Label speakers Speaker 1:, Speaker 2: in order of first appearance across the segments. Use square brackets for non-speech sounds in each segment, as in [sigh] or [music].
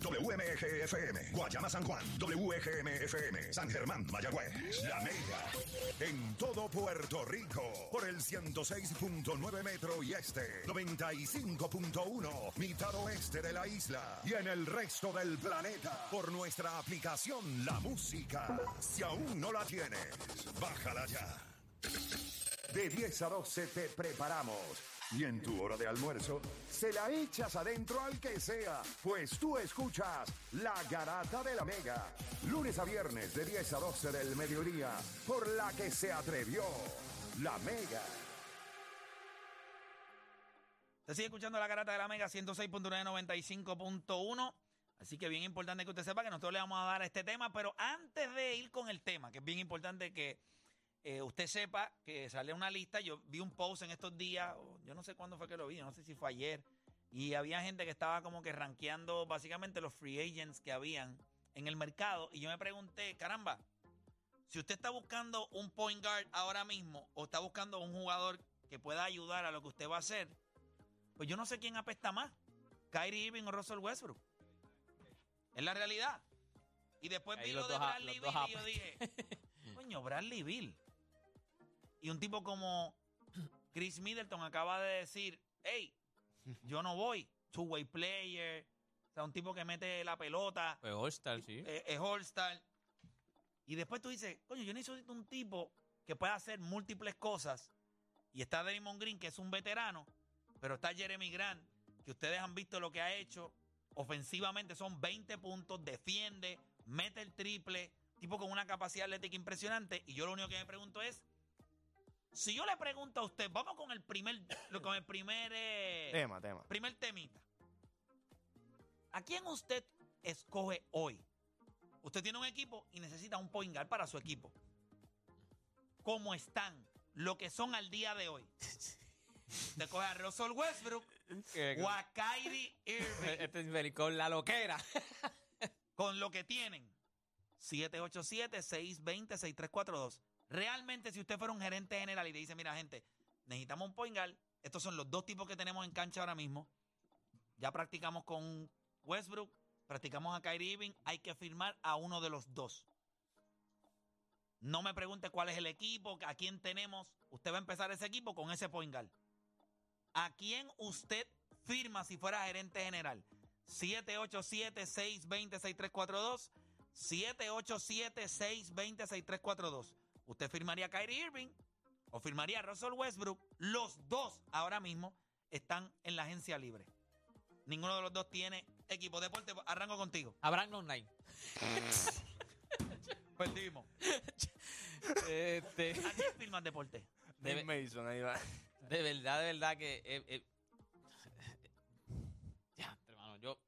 Speaker 1: WMGFM, Guayama San Juan, WGMFM, San Germán, Mayagüez, La Mega, en todo Puerto Rico, por el 106.9 metro y este, 95.1, mitad oeste de la isla, y en el resto del planeta, por nuestra aplicación La Música. Si aún no la tienes, bájala ya. De 10 a 12 te preparamos. Y en tu hora de almuerzo, se la echas adentro al que sea, pues tú escuchas La Garata de la Mega. Lunes a viernes de 10 a 12 del mediodía, por la que se atrevió La Mega.
Speaker 2: Usted sigue escuchando la garata de la Mega 106.995.1. Así que bien importante que usted sepa que nosotros le vamos a dar a este tema. Pero antes de ir con el tema, que es bien importante que eh, usted sepa que sale una lista. Yo vi un post en estos días, o yo no sé cuándo fue que lo vi, yo no sé si fue ayer. Y había gente que estaba como que rankeando básicamente los free agents que habían en el mercado. Y yo me pregunté, caramba, si usted está buscando un point guard ahora mismo o está buscando un jugador que pueda ayudar a lo que usted va a hacer, pues yo no sé quién apesta más, Kyrie Irving o Russell Westbrook. Es la realidad. Y después
Speaker 3: Ahí
Speaker 2: vi
Speaker 3: los
Speaker 2: lo de
Speaker 3: dos a-
Speaker 2: Bradley
Speaker 3: los dos
Speaker 2: Beal y yo dije, coño, Bradley Bill. Y un tipo como Chris Middleton acaba de decir, hey, yo no voy, two-way player, o sea, un tipo que mete la pelota,
Speaker 3: Pues All-Star, sí.
Speaker 2: eh, es All-Star. Y después tú dices, coño, yo necesito un tipo que pueda hacer múltiples cosas. Y está Draymond Green, que es un veterano, pero está Jeremy Grant, que ustedes han visto lo que ha hecho. Ofensivamente son 20 puntos, defiende, mete el triple, tipo con una capacidad atlética impresionante. Y yo lo único que me pregunto es, si yo le pregunto a usted, vamos con el primer, lo- con el primer eh,
Speaker 4: Tema, tema.
Speaker 2: Primer temita. ¿A quién usted escoge hoy? Usted tiene un equipo y necesita un point guard para su equipo. ¿Cómo están? Lo que son al día de hoy. Usted coge a Russell Westbrook
Speaker 3: Que-
Speaker 2: o a Kyrie Irving
Speaker 3: Este es infeliz con la loquera.
Speaker 2: con lo que tienen. 787-620-6342. Realmente, si usted fuera un gerente general y le dice, mira, gente, necesitamos un point guard. Estos son los dos tipos que tenemos en cancha ahora mismo. Ya practicamos con Westbrook, practicamos a Kyrie Irving. Hay que firmar a uno de los dos. No me pregunte cuál es el equipo, a quién tenemos. Usted va a empezar ese equipo con ese point guard. ¿A quién usted firma si fuera gerente general? 787-620-6342. 787-620-6342. Usted firmaría a Kyrie Irving o firmaría a Russell Westbrook. Los dos ahora mismo están en la agencia libre. Ninguno de los dos tiene equipo. Deporte, arranco contigo.
Speaker 3: Abraham online.
Speaker 2: Perdimos.
Speaker 4: [laughs]
Speaker 3: Este,
Speaker 2: ¿A quién firmas deporte?
Speaker 3: Debe-
Speaker 4: Dave Mason, ahí va.
Speaker 3: de verdad, de verdad que. eh, eh, ya, hermano, yo.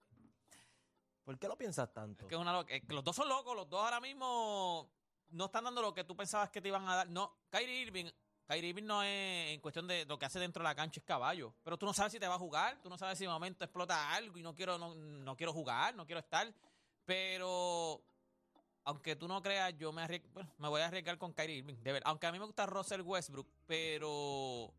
Speaker 5: ¿Por qué lo piensas tanto?
Speaker 3: Es que es una loca- es que los dos son locos, los dos ahora mismo no están dando lo que tú pensabas que te iban a dar. No, Kyrie Irving, Kyrie Irving no es en cuestión de lo que hace dentro de la cancha es caballo, pero tú no sabes si te va a jugar, tú no sabes si de momento explota algo y no quiero no, no quiero jugar, no quiero estar, pero aunque tú no creas, yo me arriesgo- bueno, me voy a arriesgar con Kyrie Irving, de ver, aunque a mí me gusta Russell Westbrook, pero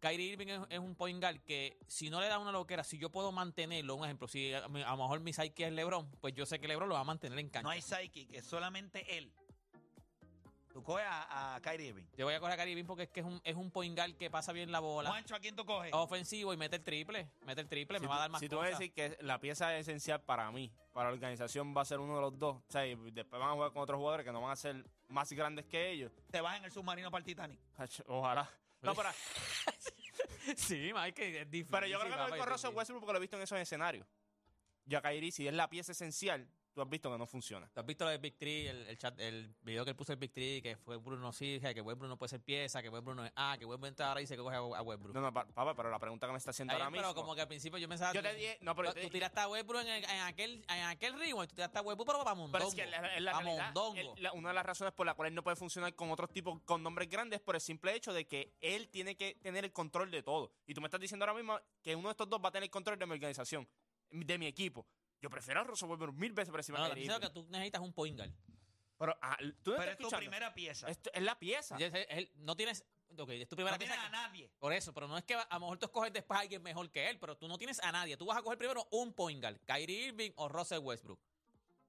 Speaker 3: Kyrie Irving es, es un point guard que si no le da una loquera, si yo puedo mantenerlo, un ejemplo, si a, mi- a lo mejor mi psyche es LeBron, pues yo sé que LeBron lo va a mantener en cancha.
Speaker 2: No hay psyche, que es solamente él. Tú Coge a, a Kyrie Irving.
Speaker 3: Yo voy a coger a Caribbean porque es que es un, es un point guard que pasa bien la bola.
Speaker 2: Juancho, ¿a quién tú coges?
Speaker 3: Oh. Ofensivo y mete el triple. Mete el triple, me
Speaker 4: si
Speaker 3: va a
Speaker 4: tú-
Speaker 3: dar más
Speaker 4: Si tú vas a
Speaker 3: cosas.
Speaker 4: decir que la pieza es esencial para mí, para la organización va a ser uno de los dos. O sea, y después van a jugar con otros jugadores que no van a ser más grandes que ellos.
Speaker 2: Te vas en el submarino para el Titanic.
Speaker 4: Ach, Ojalá.
Speaker 3: [laughs]
Speaker 4: No, pero,
Speaker 3: [laughs] sí, Mike, es difícil.
Speaker 4: pero yo creo que me voy
Speaker 3: papá,
Speaker 4: con
Speaker 3: es
Speaker 4: Russell
Speaker 3: difícil.
Speaker 4: Westbrook porque lo he visto en esos escenarios. Ya Kairi, si es la pieza esencial, tú has visto que no funciona.
Speaker 3: ¿Tú has visto lo del Big Tree, el, el chat, el video que él puso el Big Tree, que fue Bruno Silja, que Westbrook no puede ser pieza, que Westbrook no es A, que Westbrook entra ahora y se coge a, a Westbrook?
Speaker 4: No, no, pa- papá, pero la pregunta que me está haciendo
Speaker 3: Está
Speaker 4: ahora
Speaker 3: bien,
Speaker 4: mismo.
Speaker 3: pero como que al principio yo pensaba...
Speaker 4: Yo te dije- no, pero yo
Speaker 3: tú,
Speaker 4: te
Speaker 3: tú
Speaker 4: dije-
Speaker 3: tiraste a Westbrook en, el- en aquel, en aquel rewind, tú tiraste a Westbrook, pero para Mondongo.
Speaker 4: Pero es que es la, es la
Speaker 3: Pa'
Speaker 4: realidad,
Speaker 3: Mondongo.
Speaker 4: el- la- una de las razones por la cual él no puede funcionar con otros tipos con nombres grandes por el simple hecho de que él tiene que tener el control de todo. Y tú me estás diciendo ahora mismo que uno de estos dos va a tener el control de mi organización, de mi equipo. Yo prefiero a Russell Westbrook mil veces por encima
Speaker 3: No,
Speaker 4: de
Speaker 3: te
Speaker 4: Kyrie
Speaker 3: diciendo que
Speaker 4: Irving.
Speaker 3: tú necesitas un point guard.
Speaker 4: Pero ah, tú no
Speaker 2: Pero es
Speaker 4: estás
Speaker 2: tu
Speaker 4: escuchando.
Speaker 2: primera pieza.
Speaker 4: Esto es la pieza.
Speaker 3: Ya sé, él- no tienes... Ok, es tu primera
Speaker 2: No tienes
Speaker 3: pieza
Speaker 2: a
Speaker 3: que-
Speaker 2: nadie.
Speaker 3: Por eso, pero no es que va- a lo mejor tú escoges después a alguien mejor que él, pero tú no tienes a nadie. Tú vas a coger primero un point guard, Kyrie Irving o Russell Westbrook.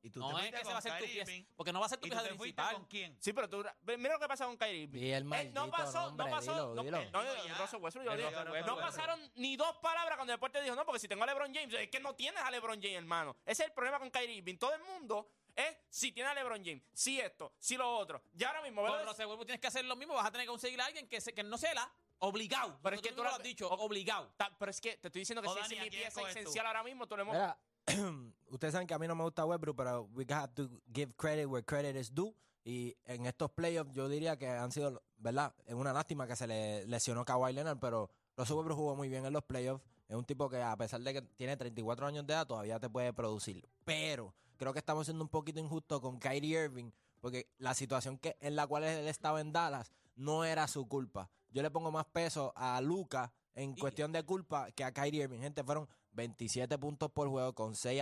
Speaker 2: Y tú
Speaker 3: No es
Speaker 2: fuiste
Speaker 3: que ese
Speaker 2: con
Speaker 3: va a ser tu
Speaker 2: Kyrie
Speaker 3: pieza,
Speaker 2: Irving.
Speaker 3: porque no va a ser tu
Speaker 2: ¿Y tú
Speaker 3: pieza
Speaker 2: te fuiste
Speaker 3: principal.
Speaker 2: con quién?
Speaker 4: Sí, pero tú mira lo que pasa con Kyrie. Irving.
Speaker 5: Y el
Speaker 4: Él
Speaker 5: maldito
Speaker 4: Eh, no pasó,
Speaker 5: nombre,
Speaker 4: no pasó,
Speaker 5: dilo,
Speaker 4: no, eh,
Speaker 5: dilo.
Speaker 4: no,
Speaker 2: Él dijo ya.
Speaker 4: Russell Westbrook, yo
Speaker 3: Él dijo
Speaker 4: lo dije.
Speaker 3: Russell
Speaker 4: no
Speaker 3: Westbrook.
Speaker 4: pasaron ni dos palabras cuando después te dijo, no, porque si tengo a LeBron James, es que no tienes a LeBron James, hermano. Ese es el problema con Kyrie Irving. Todo el mundo es si tiene a LeBron James, si esto, si lo otro. Ya ahora mismo,
Speaker 3: Con
Speaker 4: ¿verdad?
Speaker 3: Russell Westbrook tienes que hacer lo mismo, vas a tener que conseguir a alguien que, se- que no sea la obligado.
Speaker 4: Pero es
Speaker 3: Porque tú
Speaker 4: que tú
Speaker 3: mismo
Speaker 4: la-
Speaker 3: lo has dicho, obligado. Oh,
Speaker 4: Ta- Pero es que te estoy diciendo que
Speaker 2: O
Speaker 4: si esa
Speaker 2: Dani,
Speaker 4: es
Speaker 2: ¿a
Speaker 4: mi
Speaker 2: quién
Speaker 4: pieza
Speaker 2: escoges tú?
Speaker 4: esencial ahora mismo, tú le hemos...
Speaker 5: Mira, [clears throat] ustedes saben que a mí no me gusta Westbrook, pero we have to give credit where credit is due. Y en estos playoffs yo diría que han sido, ¿verdad? Es una lástima que se le lesionó Kawhi Leonard, pero los Westbrook jugó muy bien en los playoffs. Es un tipo que a pesar de que tiene 34 años de edad, todavía te puede producir. Pero creo que estamos siendo un poquito injusto con Kyrie Irving, porque la situación que, en la cual él estaba en Dallas no era su culpa. Yo le pongo más peso a Luca en
Speaker 3: Y-
Speaker 5: cuestión de culpa que a Kyrie Irving. Gente, fueron 27 puntos por juego con 6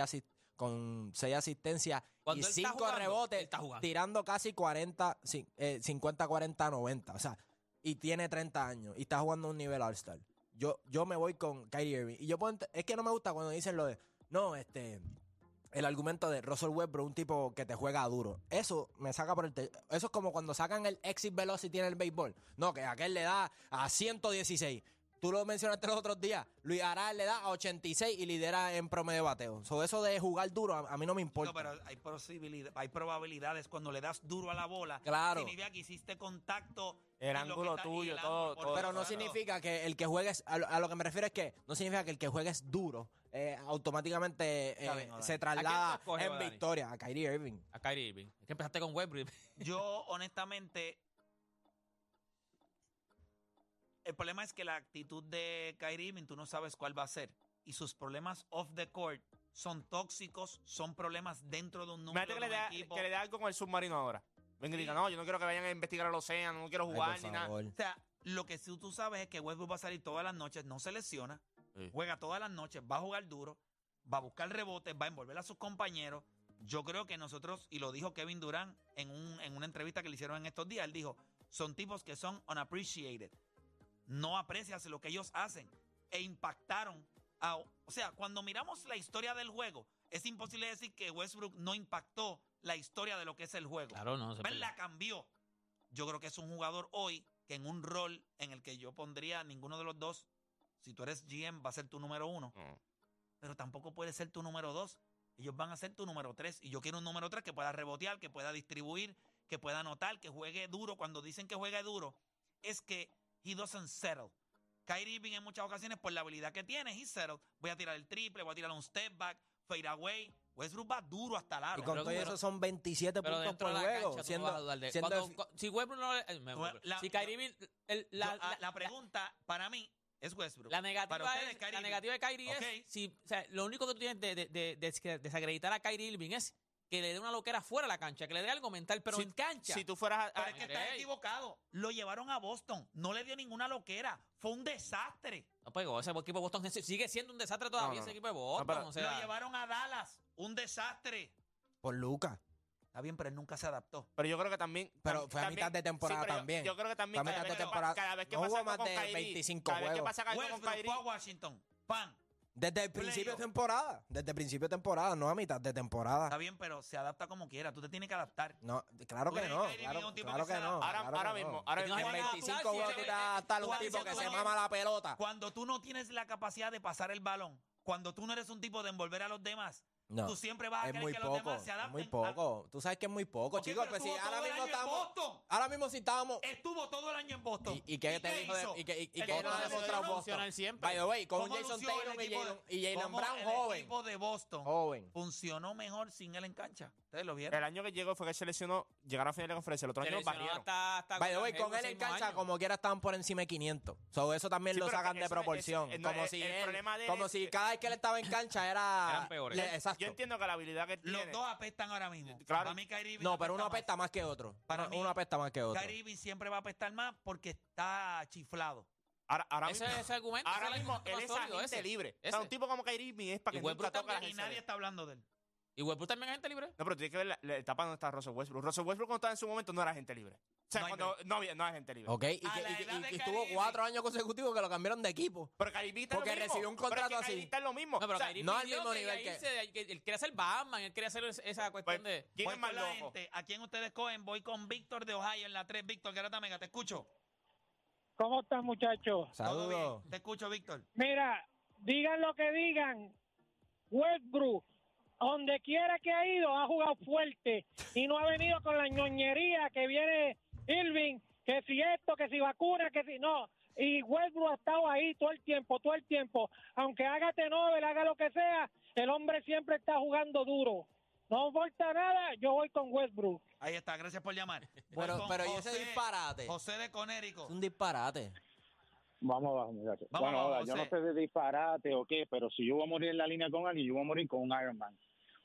Speaker 5: con seis asistencias
Speaker 3: Cuando
Speaker 5: y
Speaker 3: él está
Speaker 5: 5
Speaker 3: jugando,
Speaker 5: rebotes,
Speaker 3: él está jugando.
Speaker 5: tirando casi 40, sí, eh, 50, 40, 90. O sea, y tiene 30 años y está jugando a un nivel All-Star. Yo, yo me voy con Kyrie Irving. Y yo puedo ent- es que no me gusta cuando dicen lo de, no, este, el argumento de Russell Westbrook, un tipo que te juega duro. Eso me saca por el te- Eso es como cuando sacan el exit velocity en el béisbol. No, que aquel le da a 116. Tú lo mencionaste los otros días. Luis Aral le da a 86 y lidera en promedio de bateo. So, eso de jugar duro a, a mí no me importa.
Speaker 2: No, pero hay, posibilidad, hay probabilidades cuando le das duro a la bola.
Speaker 5: Claro.
Speaker 2: Significa que hiciste contacto.
Speaker 4: El
Speaker 2: y lo
Speaker 4: ángulo
Speaker 2: que está- y
Speaker 4: tuyo,
Speaker 2: el
Speaker 4: todo-
Speaker 2: por
Speaker 4: todo.
Speaker 5: Pero no
Speaker 2: supuesto.
Speaker 5: significa que el que juegues, a lo, a lo que me refiero es que no significa que el que juegue es duro, eh, automáticamente eh,
Speaker 2: Está bien, Odani.
Speaker 5: se
Speaker 3: ¿A quién
Speaker 5: traslada
Speaker 3: tú escoges,
Speaker 5: en
Speaker 3: Odani?
Speaker 5: victoria a Kyrie Irving.
Speaker 3: A Kyrie Irving. Es que empezaste con Westbrook.
Speaker 4: [laughs]
Speaker 2: Yo, honestamente. El problema es que la actitud de Kyrie Irving, tú no sabes cuál va a ser. Y sus problemas off the court son tóxicos, son problemas dentro de un núcleo
Speaker 4: Imagínate
Speaker 2: de
Speaker 4: que le,
Speaker 2: un
Speaker 4: dé-
Speaker 2: equipo.
Speaker 4: que le dé algo con el submarino ahora. Venga y
Speaker 2: Sí.
Speaker 4: diga, no, yo no quiero que vayan a investigar al océano, no quiero
Speaker 5: Ay,
Speaker 4: jugar
Speaker 5: por
Speaker 4: ni nada.
Speaker 5: favor.
Speaker 2: O sea, lo que sí tú sabes es que Westbrook va a salir todas las noches, no se lesiona,
Speaker 4: Sí.
Speaker 2: juega todas las noches, va a jugar duro, va a buscar rebotes, va a envolver a sus compañeros. Yo creo que nosotros, y lo dijo Kevin Durant en, un- en una entrevista que le hicieron en estos días, él dijo, son tipos que son unappreciated. No aprecias lo que ellos hacen. E impactaron. a- o sea, cuando miramos la historia del juego, es imposible decir que Westbrook no impactó la historia de lo que es el juego.
Speaker 3: Claro, no. se
Speaker 2: Él Pues la cambió. Yo creo que es un jugador hoy que en un rol en el que yo pondría a ninguno de los dos, si tú eres GM, va a ser tu número uno,
Speaker 4: No.
Speaker 2: pero tampoco puede ser tu número dos. Ellos van a ser tu número tres. Y yo quiero un número tres que pueda rebotear, que pueda distribuir, que pueda anotar, que juegue duro. Cuando dicen que juegue duro, es que he doesn't settle. Kyrie Irving en muchas ocasiones, por la habilidad que tiene, he settled. Voy a tirar el triple, voy a tirar un step back, fade away. Westbrook va duro hasta largo.
Speaker 5: y con
Speaker 3: pero-
Speaker 5: todo
Speaker 3: pero-
Speaker 5: eso son 27
Speaker 3: Pero
Speaker 5: puntos
Speaker 3: dentro
Speaker 5: por
Speaker 3: de la
Speaker 5: juego.
Speaker 3: cancha tú
Speaker 5: siendo-
Speaker 3: no vas a dudar de
Speaker 5: siendo
Speaker 3: cuando-
Speaker 5: efi-
Speaker 3: cu- Si Westbrook no... eh, me-
Speaker 2: Bueno, la-
Speaker 3: si Kyrie Irving... el-
Speaker 2: Yo-
Speaker 3: la,
Speaker 2: ah, la,
Speaker 3: la-
Speaker 2: pregunta para mí es Westbrook.
Speaker 3: la negativa,
Speaker 2: para ustedes,
Speaker 3: es,
Speaker 2: Kyrie
Speaker 3: la
Speaker 2: Irving.
Speaker 3: negativa de Kyrie
Speaker 2: Ok.
Speaker 3: es... Si, o sea, lo único que tú tienes de, de- de- de desacreditar a Kyrie Irving es que le dé una loquera fuera de la cancha, que le dé algo mental, pero
Speaker 4: Si-
Speaker 3: en cancha.
Speaker 4: Si tú fueras a-
Speaker 2: Pero
Speaker 4: a-
Speaker 2: es que estás
Speaker 3: Andrei.
Speaker 2: equivocado. Lo llevaron a Boston. No le dio ninguna loquera. Fue un desastre.
Speaker 3: No, pues, ese equipo de Boston sigue siendo un desastre todavía,
Speaker 4: No, no,
Speaker 3: ese
Speaker 4: no.
Speaker 3: equipo de Boston.
Speaker 4: No, pero-
Speaker 3: o
Speaker 2: Lo
Speaker 3: sea,
Speaker 2: llevaron a Dallas. Un desastre.
Speaker 5: por Luca.
Speaker 2: Está bien, pero él nunca se adaptó.
Speaker 4: Pero yo creo que también.
Speaker 5: Pero
Speaker 4: tam-
Speaker 5: fue a
Speaker 4: también-
Speaker 5: mitad de temporada
Speaker 4: pero yo-
Speaker 5: también.
Speaker 4: Yo, creo que también.
Speaker 5: Fue a mitad
Speaker 4: vez
Speaker 2: de
Speaker 4: que-
Speaker 5: temporada.
Speaker 4: Cada vez que
Speaker 5: No
Speaker 4: pasa
Speaker 5: hubo
Speaker 4: algo
Speaker 5: más
Speaker 4: con
Speaker 5: de
Speaker 4: Kyrie,
Speaker 5: 25
Speaker 4: Cada vez que
Speaker 5: juegos.
Speaker 4: pasa algo con
Speaker 2: Westbrook fue a
Speaker 4: Kyrie.
Speaker 2: Washington. Pan.
Speaker 5: Desde el
Speaker 2: Playoff.
Speaker 5: principio de temporada. Desde el principio de temporada, no a mitad de
Speaker 2: Está
Speaker 5: temporada.
Speaker 2: bien, pero se adapta como quiera. Tú te tienes que adaptar.
Speaker 5: No, claro
Speaker 2: Tú
Speaker 5: que
Speaker 2: eres
Speaker 5: no.
Speaker 2: Kyrie Irving,
Speaker 5: Claro,
Speaker 2: un tipo
Speaker 5: claro
Speaker 2: que
Speaker 5: que
Speaker 2: sea-
Speaker 5: no.
Speaker 4: Ahora,
Speaker 5: claro
Speaker 4: ahora
Speaker 5: que no.
Speaker 4: mismo, ahora
Speaker 3: Que no
Speaker 4: mismo.
Speaker 3: hay
Speaker 5: En
Speaker 3: nada.
Speaker 5: 25
Speaker 3: Sí,
Speaker 5: juegos
Speaker 3: sí,
Speaker 5: tú
Speaker 3: sí.
Speaker 5: te vas a estar
Speaker 2: Tú
Speaker 5: un
Speaker 2: vas
Speaker 5: tipo que
Speaker 2: diciendo
Speaker 5: se
Speaker 2: lo
Speaker 5: mama
Speaker 2: mismo.
Speaker 5: la pelota.
Speaker 2: Cuando tú no tienes la capacidad de pasar el balón, cuando tú no eres un tipo de envolver a los demás,
Speaker 5: No.
Speaker 2: tú siempre vas a
Speaker 5: Es
Speaker 2: querer
Speaker 5: muy
Speaker 2: que los
Speaker 5: poco.
Speaker 2: demás se
Speaker 5: Es
Speaker 2: adapten.
Speaker 5: muy
Speaker 2: a-
Speaker 5: poco. Tú sabes que es muy poco,
Speaker 2: Ok,
Speaker 5: chicos.
Speaker 2: pero
Speaker 5: Pues si
Speaker 2: estuvo
Speaker 5: ahora
Speaker 2: todo el
Speaker 5: mismo
Speaker 2: año en
Speaker 5: estamos.
Speaker 2: Boston.
Speaker 5: Ahora mismo si estábamos.
Speaker 2: Estuvo todo el año en Boston.
Speaker 5: ¿Y, y qué te dijo de-
Speaker 2: hizo?
Speaker 5: y qué- y- y
Speaker 2: El
Speaker 5: qué
Speaker 2: equipo
Speaker 5: nos ha
Speaker 2: de
Speaker 5: demostrado
Speaker 2: Boston.
Speaker 5: Boston?
Speaker 3: Funcionar siempre.
Speaker 5: By the way, con un
Speaker 2: ¿Cómo
Speaker 5: Jason
Speaker 2: lució el
Speaker 5: Taylor y
Speaker 2: equipo de-
Speaker 5: Jalen- y Jalen
Speaker 2: cómo
Speaker 5: Brown
Speaker 2: el
Speaker 5: joven. Oh.
Speaker 2: equipo de Boston
Speaker 5: Joven.
Speaker 2: funcionó mejor sin él en cancha. ¿Ustedes lo vieron?
Speaker 4: El año que llegó fue que se lesionó, llegaron a final de conferencia, el otro
Speaker 3: Se
Speaker 4: año
Speaker 3: lesionó
Speaker 4: barrieron.
Speaker 3: hasta- hasta
Speaker 5: By the way,
Speaker 3: Gordon
Speaker 5: con
Speaker 3: Hayward
Speaker 5: él en
Speaker 3: ese mismo
Speaker 5: cancha,
Speaker 3: año.
Speaker 5: como quiera, estaban por encima de 500. So, eso también
Speaker 4: Sí,
Speaker 5: lo
Speaker 4: pero
Speaker 5: sacan
Speaker 4: eso-
Speaker 5: de proporción.
Speaker 4: eso- no,
Speaker 5: como
Speaker 4: el-
Speaker 5: si,
Speaker 4: el
Speaker 5: él-
Speaker 4: problema de él
Speaker 5: como
Speaker 4: es
Speaker 5: si
Speaker 4: que-
Speaker 5: cada vez que él estaba en cancha era.
Speaker 3: Eran peores.
Speaker 5: le-
Speaker 3: Yo-
Speaker 5: exacto.
Speaker 4: Yo entiendo que la habilidad que él
Speaker 2: Los
Speaker 4: tiene.
Speaker 2: dos apestan ahora mismo.
Speaker 4: Claro.
Speaker 2: Para mí Kyrie Irving
Speaker 5: no, pero uno
Speaker 2: más.
Speaker 5: apesta más que otro.
Speaker 2: Para
Speaker 5: Uno-
Speaker 2: mí,
Speaker 5: uno apesta más que otro.
Speaker 2: Kyrie Irving siempre va a apestar más porque está chiflado.
Speaker 4: Ahora, ahora
Speaker 3: Ese,
Speaker 4: mismo,
Speaker 3: ese argumento.
Speaker 4: ahora
Speaker 3: ese es el
Speaker 4: mismo él
Speaker 3: argumento
Speaker 4: es
Speaker 3: más sólido,
Speaker 4: agente
Speaker 3: ese.
Speaker 4: libre. O
Speaker 3: Ese.
Speaker 4: sea, un tipo como Kyrie Irving es para
Speaker 3: Y
Speaker 4: que
Speaker 3: Westbrook
Speaker 4: nunca toca la
Speaker 2: Y
Speaker 4: agencia
Speaker 2: nadie
Speaker 4: libre.
Speaker 2: está hablando de él.
Speaker 3: Y Westbrook también es gente libre.
Speaker 4: No, pero tiene que ver la, la etapa donde está Russell Westbrook. Russell Westbrook cuando estaba en su momento no era gente libre. O sea,
Speaker 2: No hay
Speaker 4: cuando no había, no era gente libre.
Speaker 5: Ok, y,
Speaker 2: A
Speaker 5: que-
Speaker 2: la
Speaker 5: y que-
Speaker 2: edad
Speaker 5: y-
Speaker 2: de
Speaker 5: y tuvo
Speaker 2: Kyrie
Speaker 5: cuatro años consecutivos que lo cambiaron de equipo.
Speaker 4: Pero Kyrie Irving está en
Speaker 5: Porque
Speaker 4: lo mismo.
Speaker 5: recibió un
Speaker 4: Pero es que
Speaker 5: contrato
Speaker 4: Kyrie
Speaker 5: así.
Speaker 4: está en lo mismo.
Speaker 3: No, pero
Speaker 4: O sea,
Speaker 3: Kyrie
Speaker 5: no al
Speaker 3: pidió
Speaker 5: mismo
Speaker 3: que
Speaker 5: nivel
Speaker 3: ahí
Speaker 5: que-
Speaker 3: se- que él quería ser Batman, él quería hacer es- esa
Speaker 4: pues,
Speaker 3: cuestión de.
Speaker 4: ¿Quién
Speaker 2: Voy
Speaker 4: es más
Speaker 2: con la
Speaker 4: loco?
Speaker 2: gente. ¿A quién ustedes cogen? Voy con Víctor de Ohio en la 3. Víctor, Garata Mega, te escucho.
Speaker 6: ¿Cómo están, muchachos?
Speaker 2: Todo
Speaker 5: Saludos.
Speaker 2: bien. Te escucho, Víctor.
Speaker 6: Mira, digan lo que digan, Westbrook, donde quiera que ha ido, ha jugado fuerte y no ha venido con la ñoñería que viene Irving, que si esto, que si vacuna, que si no. Y Westbrook ha estado ahí todo el tiempo, todo el tiempo. Aunque haga Tenovel, haga lo que sea, el hombre siempre está jugando duro. No importa nada, yo voy con Westbrook.
Speaker 2: Ahí está, gracias por llamar. Voy
Speaker 5: [laughs] Pero,
Speaker 2: con
Speaker 5: pero y
Speaker 2: José-
Speaker 5: ese disparate.
Speaker 2: José de
Speaker 5: Es
Speaker 2: Conérico.
Speaker 5: un disparate.
Speaker 7: Vamos abajo, muchachos.
Speaker 2: Vamos
Speaker 7: bueno,
Speaker 2: abajo,
Speaker 7: ahora, yo no
Speaker 2: José.
Speaker 7: sé de disparate o qué, pero si yo voy a morir en la línea con alguien, yo voy a morir con un Iron Man.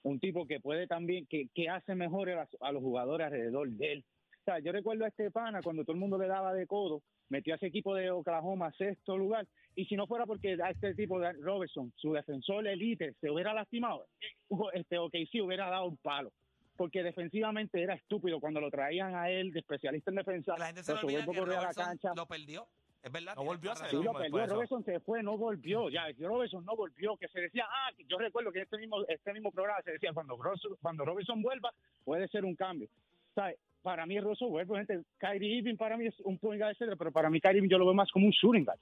Speaker 7: Un tipo que puede también, que, que hace mejor a, a los jugadores alrededor de él. O sea, yo recuerdo a este pana cuando todo el mundo le daba de codo, metió a ese equipo de Oklahoma a sexto lugar, y si no fuera porque a este tipo de Robertson, su defensor elite, se hubiera lastimado, este OKC hubiera dado un palo. Porque defensivamente era estúpido cuando lo traían a él de especialista en defensa. pues
Speaker 2: La gente se le
Speaker 7: se
Speaker 2: olvida
Speaker 7: subió
Speaker 2: que
Speaker 7: correr a la
Speaker 2: Robertson
Speaker 7: cancha.
Speaker 2: lo perdió. Es verdad.
Speaker 4: No
Speaker 2: tiene
Speaker 4: volvió a
Speaker 2: toda
Speaker 4: ser
Speaker 7: Sí,
Speaker 2: la
Speaker 4: el
Speaker 7: lo
Speaker 2: razón.
Speaker 4: mismo después
Speaker 7: perdió.
Speaker 4: de eso.
Speaker 7: Robertson se fue, no volvió. Ya, si Robertson no volvió, que se decía, ah, que yo recuerdo que en este mismo, este mismo programa se decía, cuando, Robertson- cuando Robertson vuelva, puede ser un cambio. ¿Sabes? Para mí, Rosso vuelve, gente. Kyrie Irving para mí es un point guard, etcétera, pero para mí, Kyrie Irving yo lo veo más como un shooting guard.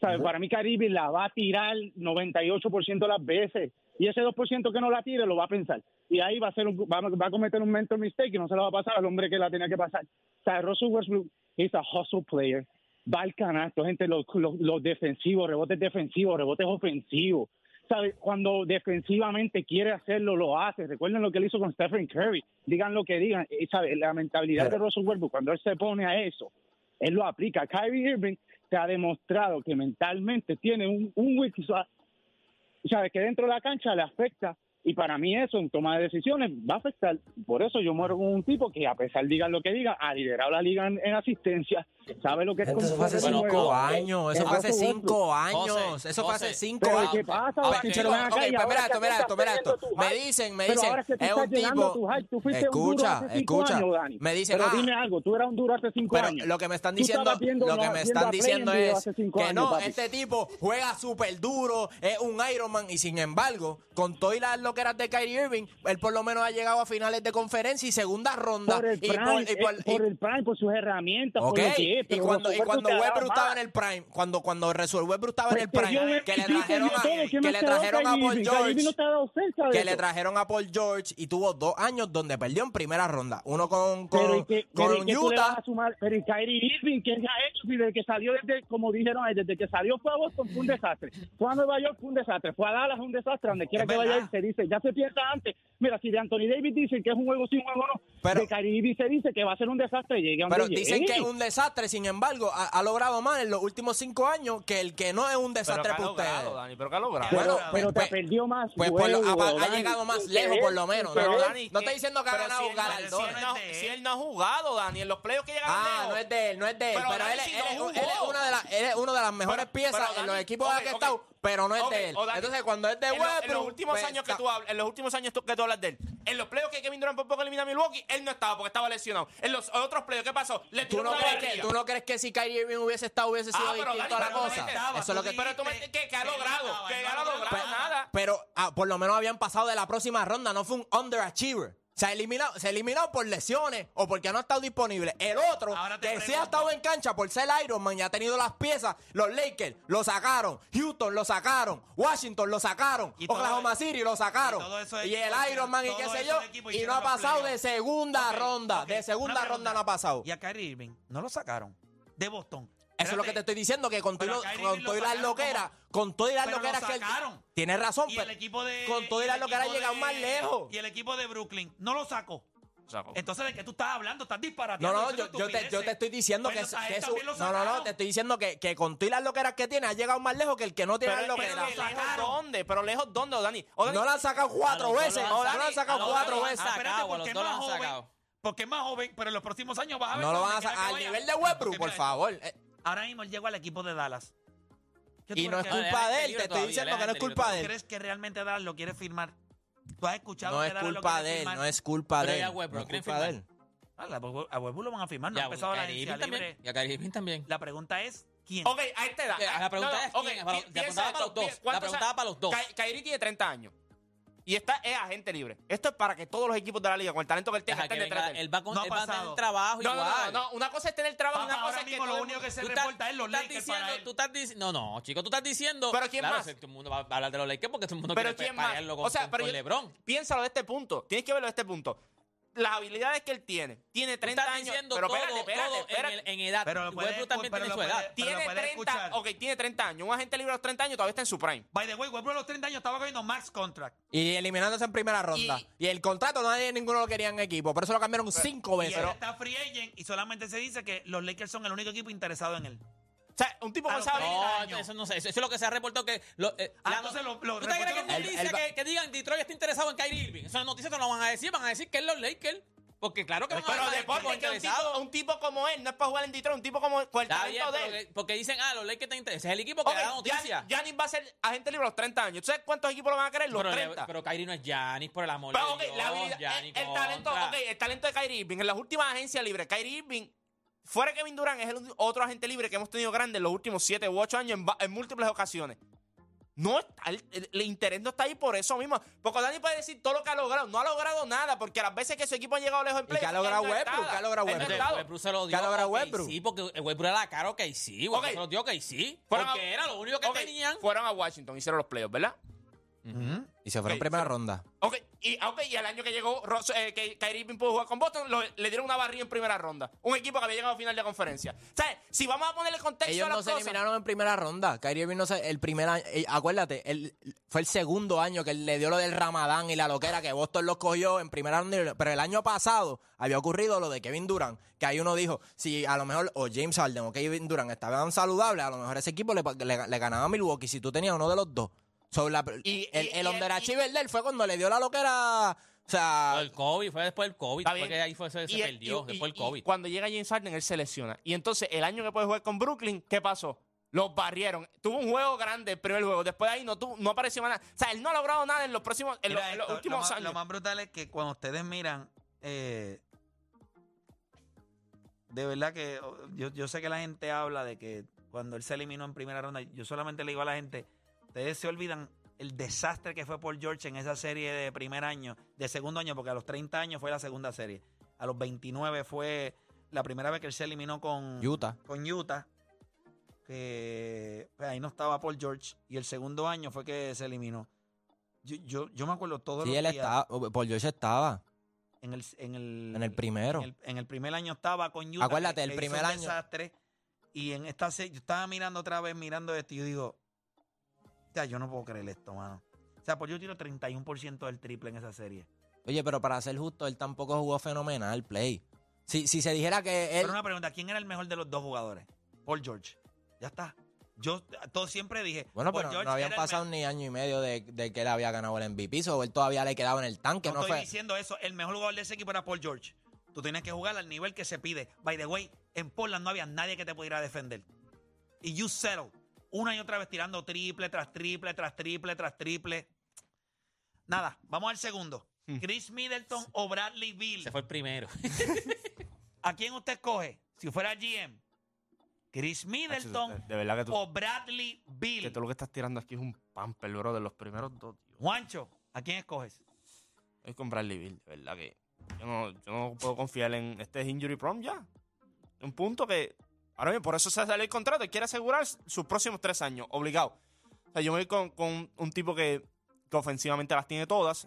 Speaker 7: ¿Sabes? Para mí, Kyrie Irving la va a tirar 98% de las veces. Y ese 2% que no la tire lo va a pensar. Y ahí va a, ser un- va, a- va a cometer un mental mistake y no se la va a pasar al hombre que la tenía que pasar. O sea, Russell Westbrook es a hustle player va al canasto, gente, los, los, los defensivos, rebotes defensivos, rebotes ofensivos. ¿Sabe? Cuando defensivamente quiere hacerlo, lo hace. Recuerden lo que él hizo con Stephen Curry. Digan lo que digan. Eh, ¿sabe? La mentalidad de Russell Westbrook, cuando él se pone a eso, él lo aplica. Kyrie Irving se ha demostrado que mentalmente tiene un, un weak spot, ¿sabe? Que dentro de la cancha le afecta. Y para mí eso, en toma de decisiones, va a afectar. Por eso yo muero con un tipo que, a pesar digan lo que digan, ha liderado la liga en, en asistencia. ¿Sabe lo Este, que es
Speaker 5: Gente, eso fue hace
Speaker 7: competir con
Speaker 5: cinco
Speaker 7: jugadores?
Speaker 5: años. Eso fue hace
Speaker 7: Russell Westbrook.
Speaker 5: cinco años.
Speaker 3: José,
Speaker 5: Eso fue hace
Speaker 3: José.
Speaker 5: cinco
Speaker 7: Pero
Speaker 5: años.
Speaker 7: ¿qué pasa?
Speaker 5: Ahora,
Speaker 7: Ahora que
Speaker 5: chicos,
Speaker 7: tú estás
Speaker 5: ok, pues mira esto,
Speaker 7: perdiendo
Speaker 5: mira esto, mira
Speaker 7: tu
Speaker 5: esto.
Speaker 7: hype.
Speaker 5: Me dicen, me
Speaker 7: Pero
Speaker 5: dicen,
Speaker 7: ahora que tú
Speaker 5: es
Speaker 7: estás
Speaker 5: un tipo.
Speaker 7: llenando tu hype, tú fuiste un duro
Speaker 5: Escucha,
Speaker 7: hace cinco
Speaker 5: escucha.
Speaker 7: años, Dani.
Speaker 5: Me dicen,
Speaker 7: Pero
Speaker 5: ah,
Speaker 7: dime algo, tú eras un duro hace cinco
Speaker 5: pero
Speaker 7: años.
Speaker 5: lo que me están
Speaker 7: Tú
Speaker 5: diciendo,
Speaker 7: estabas viendo-
Speaker 5: lo que
Speaker 7: no,
Speaker 5: me
Speaker 7: viendo
Speaker 5: están
Speaker 7: a Play
Speaker 5: diciendo
Speaker 7: en vivo
Speaker 5: es
Speaker 7: hace cinco
Speaker 5: que
Speaker 7: años,
Speaker 5: no,
Speaker 7: papi.
Speaker 5: este tipo juega súper duro, es un Iron Man y sin embargo, con todas las loqueras de Kyrie Irving, él por lo menos ha llegado a finales de conferencia y segunda ronda.
Speaker 7: por el
Speaker 5: y
Speaker 7: prime,
Speaker 5: por- y
Speaker 7: eh,
Speaker 5: por-
Speaker 7: por,
Speaker 5: y-
Speaker 7: el prime, por sus herramientas,
Speaker 5: Ok,
Speaker 7: por lo que es.
Speaker 5: y
Speaker 7: pero
Speaker 5: cuando, y
Speaker 7: Russell
Speaker 5: cuando
Speaker 7: Westbrook te ha dado
Speaker 5: Westbrook estaba
Speaker 7: más.
Speaker 5: en el prime, cuando, cuando Resuelve Westbrook estaba en el
Speaker 7: Pues te dio
Speaker 5: prime, que le
Speaker 7: 25
Speaker 5: trajeron a,
Speaker 7: y todo, ¿qué
Speaker 5: que
Speaker 7: más
Speaker 5: le
Speaker 7: te ha dado
Speaker 5: trajeron a
Speaker 7: Kyrie
Speaker 5: Paul
Speaker 7: Irving? Kyrie Irving
Speaker 5: George,
Speaker 7: no te ha dado cerca de
Speaker 5: que le
Speaker 7: eso.
Speaker 5: trajeron a Paul George y tuvo dos años donde perdió en primera ronda. Uno con,
Speaker 7: pero ¿y
Speaker 5: con,
Speaker 7: qué-
Speaker 5: con
Speaker 7: pero ¿y qué tú le vas
Speaker 5: Utah.
Speaker 7: a sumar? Pero ¿y Kyrie Irving, ¿qué ha hecho? Si desde que salió, desde, como dijeron, ahí, desde que salió fue a Boston fue un desastre. Fue a Nueva York fue un desastre. Fue a Dallas fue un desastre. Donde quiera
Speaker 2: Es
Speaker 7: que vaya,
Speaker 2: verdad.
Speaker 7: él se dice, ya se piensa antes. Mira, si de Anthony Davis dicen que es un juego sí, un juego no.
Speaker 5: Pero-
Speaker 7: de Kyrie Irving se dice que va a ser un desastre. Llegue a donde
Speaker 5: Pero dicen
Speaker 7: llegue.
Speaker 5: que es un desastre, sin embargo, ha, ha logrado más en los últimos cinco años que el que no es un
Speaker 4: Pero
Speaker 5: desastre
Speaker 4: que ha
Speaker 5: para ustedes.
Speaker 4: logrado, Dani, pero que ha logrado.
Speaker 5: Bueno,
Speaker 7: pero
Speaker 5: pues-
Speaker 7: te perdió más.
Speaker 5: Pues por lo- ha,
Speaker 7: juegos,
Speaker 5: ha
Speaker 7: Dani.
Speaker 5: llegado más
Speaker 7: Sin
Speaker 5: lejos,
Speaker 7: querer,
Speaker 5: por lo menos.
Speaker 7: sin
Speaker 5: No,
Speaker 7: querer.
Speaker 5: Dani, no estoy diciendo que ha
Speaker 4: eh, pero
Speaker 5: ganado
Speaker 4: si él-
Speaker 5: galardones.
Speaker 4: Si él, no, si él no ha jugado, Dani, en los playoos que llegaron
Speaker 5: Ah,
Speaker 4: lejos.
Speaker 5: no es de él, no es de él.
Speaker 4: Pero
Speaker 5: Pero, él,
Speaker 4: Dani
Speaker 5: es-
Speaker 4: sí
Speaker 5: él
Speaker 4: lo
Speaker 5: es, un-
Speaker 4: jugó.
Speaker 5: él es una de las, él es una de las mejores
Speaker 4: Pero
Speaker 5: piezas
Speaker 4: Dani,
Speaker 5: en los equipos
Speaker 4: ok,
Speaker 5: en los que ha
Speaker 4: ok,
Speaker 5: estado. pero no es
Speaker 4: Ok,
Speaker 5: de él.
Speaker 4: o Dani,
Speaker 5: Entonces, cuando es de
Speaker 4: en, lo- en
Speaker 5: Westbrook.
Speaker 4: los últimos
Speaker 5: pues,
Speaker 4: años que
Speaker 5: está-
Speaker 4: tú hablas, en los últimos años tú- que tú hablas de él, en los playoffs que Kevin Durant por poco elimina a Milwaukee, él no estaba porque estaba lesionado. En los otros playoffs, ¿qué pasó? Le
Speaker 5: ¿Tú
Speaker 4: tiró
Speaker 5: no,
Speaker 4: una
Speaker 5: crees que,
Speaker 4: barriga.
Speaker 5: ¿Tú no crees que si Kyrie Irving hubiese estado, hubiese sido
Speaker 4: Ah, pero
Speaker 5: distinto a
Speaker 4: Dani,
Speaker 5: la
Speaker 4: pero no
Speaker 5: cosa?
Speaker 4: estaba,
Speaker 5: Eso es lo que.
Speaker 4: Pero tú me- que, que ha logrado, que ha logrado nada.
Speaker 5: Pero ah, por lo menos habían pasado de la próxima ronda, no fue un underachiever. Se ha eliminado, se ha eliminado por lesiones o porque no ha estado disponible. El otro,
Speaker 2: Ahora te
Speaker 5: que sí ha
Speaker 2: pregunto.
Speaker 5: estado en cancha por ser Iron Man y ha tenido las piezas, los Lakers lo sacaron, Houston lo sacaron, Washington lo sacaron,
Speaker 2: Y todo- e-
Speaker 5: Oklahoma City lo sacaron.
Speaker 2: y todo eso de
Speaker 5: Y el
Speaker 2: equipo,
Speaker 5: Iron Man y
Speaker 2: todo
Speaker 5: qué sé
Speaker 2: eso
Speaker 5: yo.
Speaker 2: de equipo
Speaker 5: Y no
Speaker 2: hicieron
Speaker 5: ha
Speaker 2: los
Speaker 5: pasado de
Speaker 2: playoffs.
Speaker 5: segunda
Speaker 2: Ok,
Speaker 5: ronda.
Speaker 2: ok,
Speaker 5: De segunda
Speaker 2: una
Speaker 5: ronda
Speaker 2: pregunta.
Speaker 5: no ha pasado.
Speaker 2: Y a Kyrie Irving no lo sacaron de Boston.
Speaker 5: Eso es lo que te estoy diciendo, que con todo y
Speaker 2: Pero
Speaker 5: lo-
Speaker 2: a Kyrie
Speaker 5: con
Speaker 2: Irving lo
Speaker 5: todo y las
Speaker 2: sacaron
Speaker 5: loqueras,
Speaker 2: como-
Speaker 5: con todo y las
Speaker 2: Pero lo
Speaker 5: loqueras que él-
Speaker 2: sacaron.
Speaker 5: Tienes razón,
Speaker 2: Y
Speaker 5: pero
Speaker 2: el equipo de.
Speaker 5: pues, con todo y las
Speaker 2: el
Speaker 5: loqueras
Speaker 2: equipo
Speaker 5: llegado
Speaker 2: de-
Speaker 5: más lejos.
Speaker 2: Y el equipo de Brooklyn no lo sacó.
Speaker 4: Sacó.
Speaker 2: Entonces, ¿de qué tú estás hablando? Estás
Speaker 5: No,
Speaker 2: disparatando.
Speaker 5: no,
Speaker 2: diciendo
Speaker 5: yo, yo te, yo te estoy diciendo
Speaker 2: Bueno,
Speaker 5: que, es-
Speaker 2: a él
Speaker 5: que es
Speaker 2: también
Speaker 5: un-
Speaker 2: Pues lo
Speaker 5: No, no, no,
Speaker 2: sacaron.
Speaker 5: te estoy diciendo que, que con tú y las loqueras que tiene ha llegado más lejos que el que no tiene
Speaker 4: Pero,
Speaker 5: las
Speaker 4: pero
Speaker 5: loqueras.
Speaker 2: lo
Speaker 4: lejos
Speaker 2: sacaron.
Speaker 4: dónde, pero lejos dónde, o Dani. O Dani,
Speaker 5: No la han sacado
Speaker 3: A
Speaker 5: cuatro
Speaker 3: los dos
Speaker 5: veces.
Speaker 3: los han
Speaker 5: No
Speaker 3: sacado.
Speaker 5: la han
Speaker 3: A
Speaker 5: sacado
Speaker 3: los dos
Speaker 5: cuatro
Speaker 3: los han
Speaker 5: veces.
Speaker 3: sacado.
Speaker 2: Espérate,
Speaker 3: a los
Speaker 2: porque es
Speaker 3: dos lo
Speaker 2: más
Speaker 3: han
Speaker 2: joven.
Speaker 3: sacado.
Speaker 2: Porque es más joven, pero en los próximos años vas a ver.
Speaker 5: No lo
Speaker 2: dónde
Speaker 5: van a
Speaker 2: quiera
Speaker 5: sacar.
Speaker 2: que
Speaker 5: Al
Speaker 2: vaya.
Speaker 5: nivel de
Speaker 2: Porque
Speaker 5: Westbrook, por
Speaker 2: mira,
Speaker 5: favor. Eh,
Speaker 2: Ahora mismo él llegó al equipo de Dallas. ¿Qué tú
Speaker 5: Y no
Speaker 2: crees
Speaker 5: es
Speaker 2: que-
Speaker 5: culpa
Speaker 3: Dale,
Speaker 5: de él.
Speaker 3: dale,
Speaker 5: Te estoy
Speaker 3: dale,
Speaker 5: diciendo
Speaker 3: dale,
Speaker 5: que no es
Speaker 3: dale,
Speaker 5: culpa
Speaker 3: dale,
Speaker 2: ¿Tú
Speaker 5: de él.
Speaker 2: crees que realmente Dallas lo quiere firmar? ¿Tú has escuchado
Speaker 5: No
Speaker 2: que
Speaker 5: es
Speaker 2: Dallas lo
Speaker 5: culpa
Speaker 2: quiere
Speaker 5: de él.
Speaker 2: firmar?
Speaker 5: No es culpa
Speaker 3: Pero
Speaker 5: de
Speaker 3: ya
Speaker 5: él.
Speaker 3: Westbrook,
Speaker 5: No es
Speaker 3: ¿quieren
Speaker 5: culpa de
Speaker 3: firmar?
Speaker 5: él.
Speaker 2: Ah, la- a Westbrook lo van a firmar, no
Speaker 3: Ya,
Speaker 2: ha empezado la
Speaker 3: Kyrie
Speaker 2: agencia
Speaker 3: Irving
Speaker 2: libre.
Speaker 3: también. Y a Kyrie Irving también.
Speaker 2: La pregunta es, ¿quién?
Speaker 4: Ok, a esta edad.
Speaker 3: La- la pregunta es
Speaker 4: ok,
Speaker 3: quién es, para-
Speaker 4: pi-
Speaker 3: la
Speaker 4: piensa
Speaker 3: preguntaba
Speaker 4: esto,
Speaker 3: para los dos,
Speaker 4: pi-
Speaker 3: la
Speaker 4: ¿cuántos
Speaker 3: preguntaba
Speaker 4: años-
Speaker 3: para los dos.
Speaker 4: Kai- Kyrie tiene 30 años. Y esta es agente libre. Esto es para que todos los equipos de la liga, con el talento que él tiene,
Speaker 3: Deja que
Speaker 4: estén detrás
Speaker 3: venga-
Speaker 4: de él.
Speaker 3: Él va con-
Speaker 2: No ha
Speaker 3: él va a tener
Speaker 2: pasado.
Speaker 3: trabajo
Speaker 4: No, no, no,
Speaker 3: igual.
Speaker 4: no. Una cosa es tener trabajo y
Speaker 2: Papá,
Speaker 4: una cosa
Speaker 2: ahora
Speaker 4: es que.
Speaker 2: mismo
Speaker 4: todo
Speaker 2: lo
Speaker 4: el
Speaker 2: único
Speaker 4: mundo-
Speaker 2: que se
Speaker 3: Tú estás-
Speaker 2: reporta es los
Speaker 3: tú estás
Speaker 2: Lakers
Speaker 3: diciendo,
Speaker 2: para él.
Speaker 3: tú estás dici- No, no, chico, tú estás diciendo.
Speaker 4: Pero ¿quién
Speaker 3: Claro,
Speaker 4: más?
Speaker 3: si todo el mundo va va a hablar de los Lakers porque todo el mundo
Speaker 4: Pero
Speaker 3: quiere
Speaker 4: quién
Speaker 3: pa-
Speaker 4: más.
Speaker 3: parearlo con,
Speaker 4: o sea,
Speaker 3: con-
Speaker 4: pero
Speaker 3: con
Speaker 4: yo-
Speaker 3: LeBron.
Speaker 4: Piénsalo de este punto. Tienes que verlo de este punto. Las habilidades que él tiene. Tiene
Speaker 3: Tú
Speaker 4: 30
Speaker 3: estás
Speaker 4: años.
Speaker 3: diciendo
Speaker 4: Pero
Speaker 3: todo,
Speaker 4: espérate, espérate,
Speaker 3: todo
Speaker 4: espérate.
Speaker 3: En, el- en edad.
Speaker 2: Pero lo puede
Speaker 3: Westbrook también
Speaker 2: escu- pero
Speaker 3: tiene su
Speaker 2: lo puede-
Speaker 3: edad.
Speaker 2: pero lo
Speaker 4: Tiene
Speaker 2: puede
Speaker 4: 30.
Speaker 2: escuchar.
Speaker 4: Ok, tiene 30 años. Un agente libre a los 30 años todavía está en su prime.
Speaker 2: By the way, Westbrook a los 30 años estaba cogiendo max contract.
Speaker 5: Y eliminándose en primera ronda. Y el contrato nadie ninguno lo quería en equipo. Por eso lo cambiaron cinco
Speaker 2: Y
Speaker 5: veces.
Speaker 2: él está free agent y solamente se dice que los Lakers son el único equipo interesado en él.
Speaker 4: O sea, un tipo
Speaker 2: A
Speaker 4: con
Speaker 2: los
Speaker 4: esa habilidad.
Speaker 2: 30.
Speaker 3: No,
Speaker 2: años.
Speaker 3: eso no sé. Eso, eso es lo que se ha reportado que. lo- eh,
Speaker 2: Ah,
Speaker 3: la-
Speaker 2: entonces lo- lo
Speaker 3: ¿Tú te crees que es
Speaker 2: reportaron-
Speaker 3: noticia
Speaker 5: El- el-
Speaker 3: que, que digan Detroit está interesado en Kyrie Irving? Esa noticia te lo van a decir. Van a decir que es los Lakers. Porque claro que van a
Speaker 4: Pero
Speaker 3: hablar de
Speaker 4: deporte
Speaker 3: equipos
Speaker 4: que un tipo,
Speaker 3: interesados.
Speaker 4: un tipo como él no es para jugar en Detroit, un tipo como con el
Speaker 3: Está bien,
Speaker 4: talento de
Speaker 3: pero
Speaker 4: él.
Speaker 3: que- porque dicen, ah, los Lakers están interesados. Ese es el equipo que da la
Speaker 4: Ok,
Speaker 3: noticia.
Speaker 4: Gian- Giannis va a ser agente libre a los 30 años. ¿Tú sabes cuántos equipos lo van a querer? Los
Speaker 3: pero, le-
Speaker 4: 30.
Speaker 3: pero Kyrie no es Giannis, por el amor
Speaker 4: Pero,
Speaker 3: de
Speaker 4: ok,
Speaker 3: Dios.
Speaker 4: la habilidad-
Speaker 3: Giannis
Speaker 4: el, el talento,
Speaker 3: contra.
Speaker 4: ok, el talento de Kyrie Irving en las últimas agencias libres. Kyrie Irving, fuera que Kevin Durant, es el único- otro agente libre que hemos tenido grande en los últimos 7 u 8 años en, va- en múltiples ocasiones. No está, el, el- el interés no está ahí por eso mismo. Porque Dani puede decir todo lo que ha logrado. No ha logrado nada, porque las veces que su equipo ha llegado lejos en
Speaker 5: ¿Y qué
Speaker 4: playoffs.
Speaker 5: ha logrado
Speaker 4: él no
Speaker 5: Westbrook?
Speaker 4: estaba.
Speaker 5: ¿Qué ha logrado
Speaker 4: Él no
Speaker 5: Westbrook?
Speaker 4: estaba.
Speaker 3: Este, Westbrook se lo
Speaker 5: ¿Qué
Speaker 3: dio
Speaker 5: ha logrado
Speaker 3: a
Speaker 5: Westbrook?
Speaker 3: Sí, porque Westbrook era la cara a OKC. Westbrook
Speaker 4: Ok.
Speaker 3: se lo dio a OKC.
Speaker 4: Fueron a-
Speaker 3: Porque era lo único que
Speaker 4: Ok,
Speaker 3: tenían.
Speaker 4: Fueron a Washington, hicieron los playoffs, ¿verdad?
Speaker 5: Y se fue en
Speaker 4: Ok,
Speaker 5: primera ronda.
Speaker 4: Ok, y, ah, ok, y el año que llegó Ross- eh, que Kyrie Irving pudo jugar con Boston, lo- le dieron una barrida en primera ronda. Un equipo que había llegado a final de conferencia. ¿Sabes? Si vamos a ponerle contexto
Speaker 5: Ellos
Speaker 4: a
Speaker 5: no
Speaker 4: las
Speaker 5: se
Speaker 4: cosas.
Speaker 5: eliminaron en primera ronda. Kyrie Irving no se, el primer año, eh, acuérdate, él- fue el segundo año que él le dio lo del Ramadán y la loquera que Boston los cogió en primera ronda. Pero el año pasado había ocurrido lo de Kevin Durant, que ahí uno dijo, si a lo mejor o James Harden o Kevin Durant estaban saludables, a lo mejor ese equipo le, le- le ganaba a Milwaukee si tú tenías uno de los dos. So, la-
Speaker 4: Y-
Speaker 5: el,
Speaker 4: y-
Speaker 5: el
Speaker 4: y-
Speaker 5: underachiever de él fue cuando le dio la loquera, o sea,
Speaker 3: El COVID, fue después del COVID.
Speaker 4: Está
Speaker 3: Fue
Speaker 4: bien.
Speaker 3: que ahí fue, se, se
Speaker 4: Y-
Speaker 3: perdió,
Speaker 4: y-
Speaker 3: después
Speaker 4: y-
Speaker 3: del
Speaker 4: y
Speaker 3: COVID.
Speaker 4: cuando llega James Harden, él se lesiona. Y entonces, el año que puede jugar con Brooklyn, ¿qué pasó? Los barrieron. Tuvo un juego grande el primer juego. Después de ahí no, tuvo- no apareció más nada. O sea, él no ha logrado nada en los próximos, en
Speaker 2: Mira
Speaker 4: los, en los
Speaker 2: esto, lo
Speaker 4: últimos
Speaker 2: más-
Speaker 4: años.
Speaker 2: Lo más brutal es que cuando ustedes miran, eh, de verdad que oh, yo, yo sé que la gente habla de que cuando él se eliminó en primera ronda, yo solamente le digo a la gente, ustedes se olvidan el desastre que fue Paul George en esa serie de primer año, de segundo año, porque a los 30 años fue la segunda serie. A los 29 fue la primera vez que él se eliminó con
Speaker 5: Utah.
Speaker 2: con Utah, que pues, ahí no estaba Paul George, y el segundo año fue que se eliminó. Yo, yo, yo me acuerdo todos
Speaker 5: Sí,
Speaker 2: los
Speaker 5: él
Speaker 2: días
Speaker 5: estaba, Paul George estaba
Speaker 2: en el en el,
Speaker 5: en el primero.
Speaker 2: en el- en el primer año estaba con Utah.
Speaker 5: Acuérdate,
Speaker 2: que-
Speaker 5: el
Speaker 2: que
Speaker 5: primer
Speaker 2: hizo un
Speaker 5: año.
Speaker 2: desastre, y en esta se- yo estaba mirando otra vez, mirando esto, y yo digo, ya, yo no puedo creer esto, mano. O sea, Paul George tiró 31% del triple en esa serie.
Speaker 5: Oye, pero para ser justo, él tampoco jugó fenomenal, Play. Si, si se dijera que él...
Speaker 2: Pero una pregunta, ¿quién era el mejor de los dos jugadores? Paul George. Ya está. Yo todo siempre dije.
Speaker 5: Bueno,
Speaker 2: Paul
Speaker 5: pero
Speaker 2: George
Speaker 5: no habían
Speaker 2: pues era el
Speaker 5: pasado ni año y medio de, de que él había ganado el MVP, o él todavía le quedaba en el tanque,
Speaker 2: no,
Speaker 5: no,
Speaker 2: estoy
Speaker 5: fue...
Speaker 2: diciendo eso. El mejor jugador de ese equipo era Paul George. Tú tienes que jugar al nivel que se pide. By the way, en Portland no había nadie que te pudiera defender. Y you settle. una y otra vez tirando triple tras triple, tras triple, tras triple. Nada, vamos al segundo. Chris Middleton o Bradley Bill.
Speaker 3: Se fue el
Speaker 5: [laughs]
Speaker 3: primero.
Speaker 2: ¿A quién usted escoge? Si fuera GM, Chris
Speaker 4: de-
Speaker 2: Middleton
Speaker 4: Ah, de verdad que tú-
Speaker 2: o Bradley
Speaker 4: eh, Que
Speaker 2: Bill.
Speaker 4: tú lo que estás tirando aquí es un pamper, bro, de los primeros dos. tío.
Speaker 2: Juancho, ¿a quién escoges?
Speaker 4: Es con Bradley Bill, de verdad que yo no, yo no puedo confiar en este es injury prom ya. Un punto que ahora bien, por eso se sale el contrato, él quiere asegurar sus próximos tres años, obligado. O sea, yo me voy con, con un tipo que, que ofensivamente las tiene todas.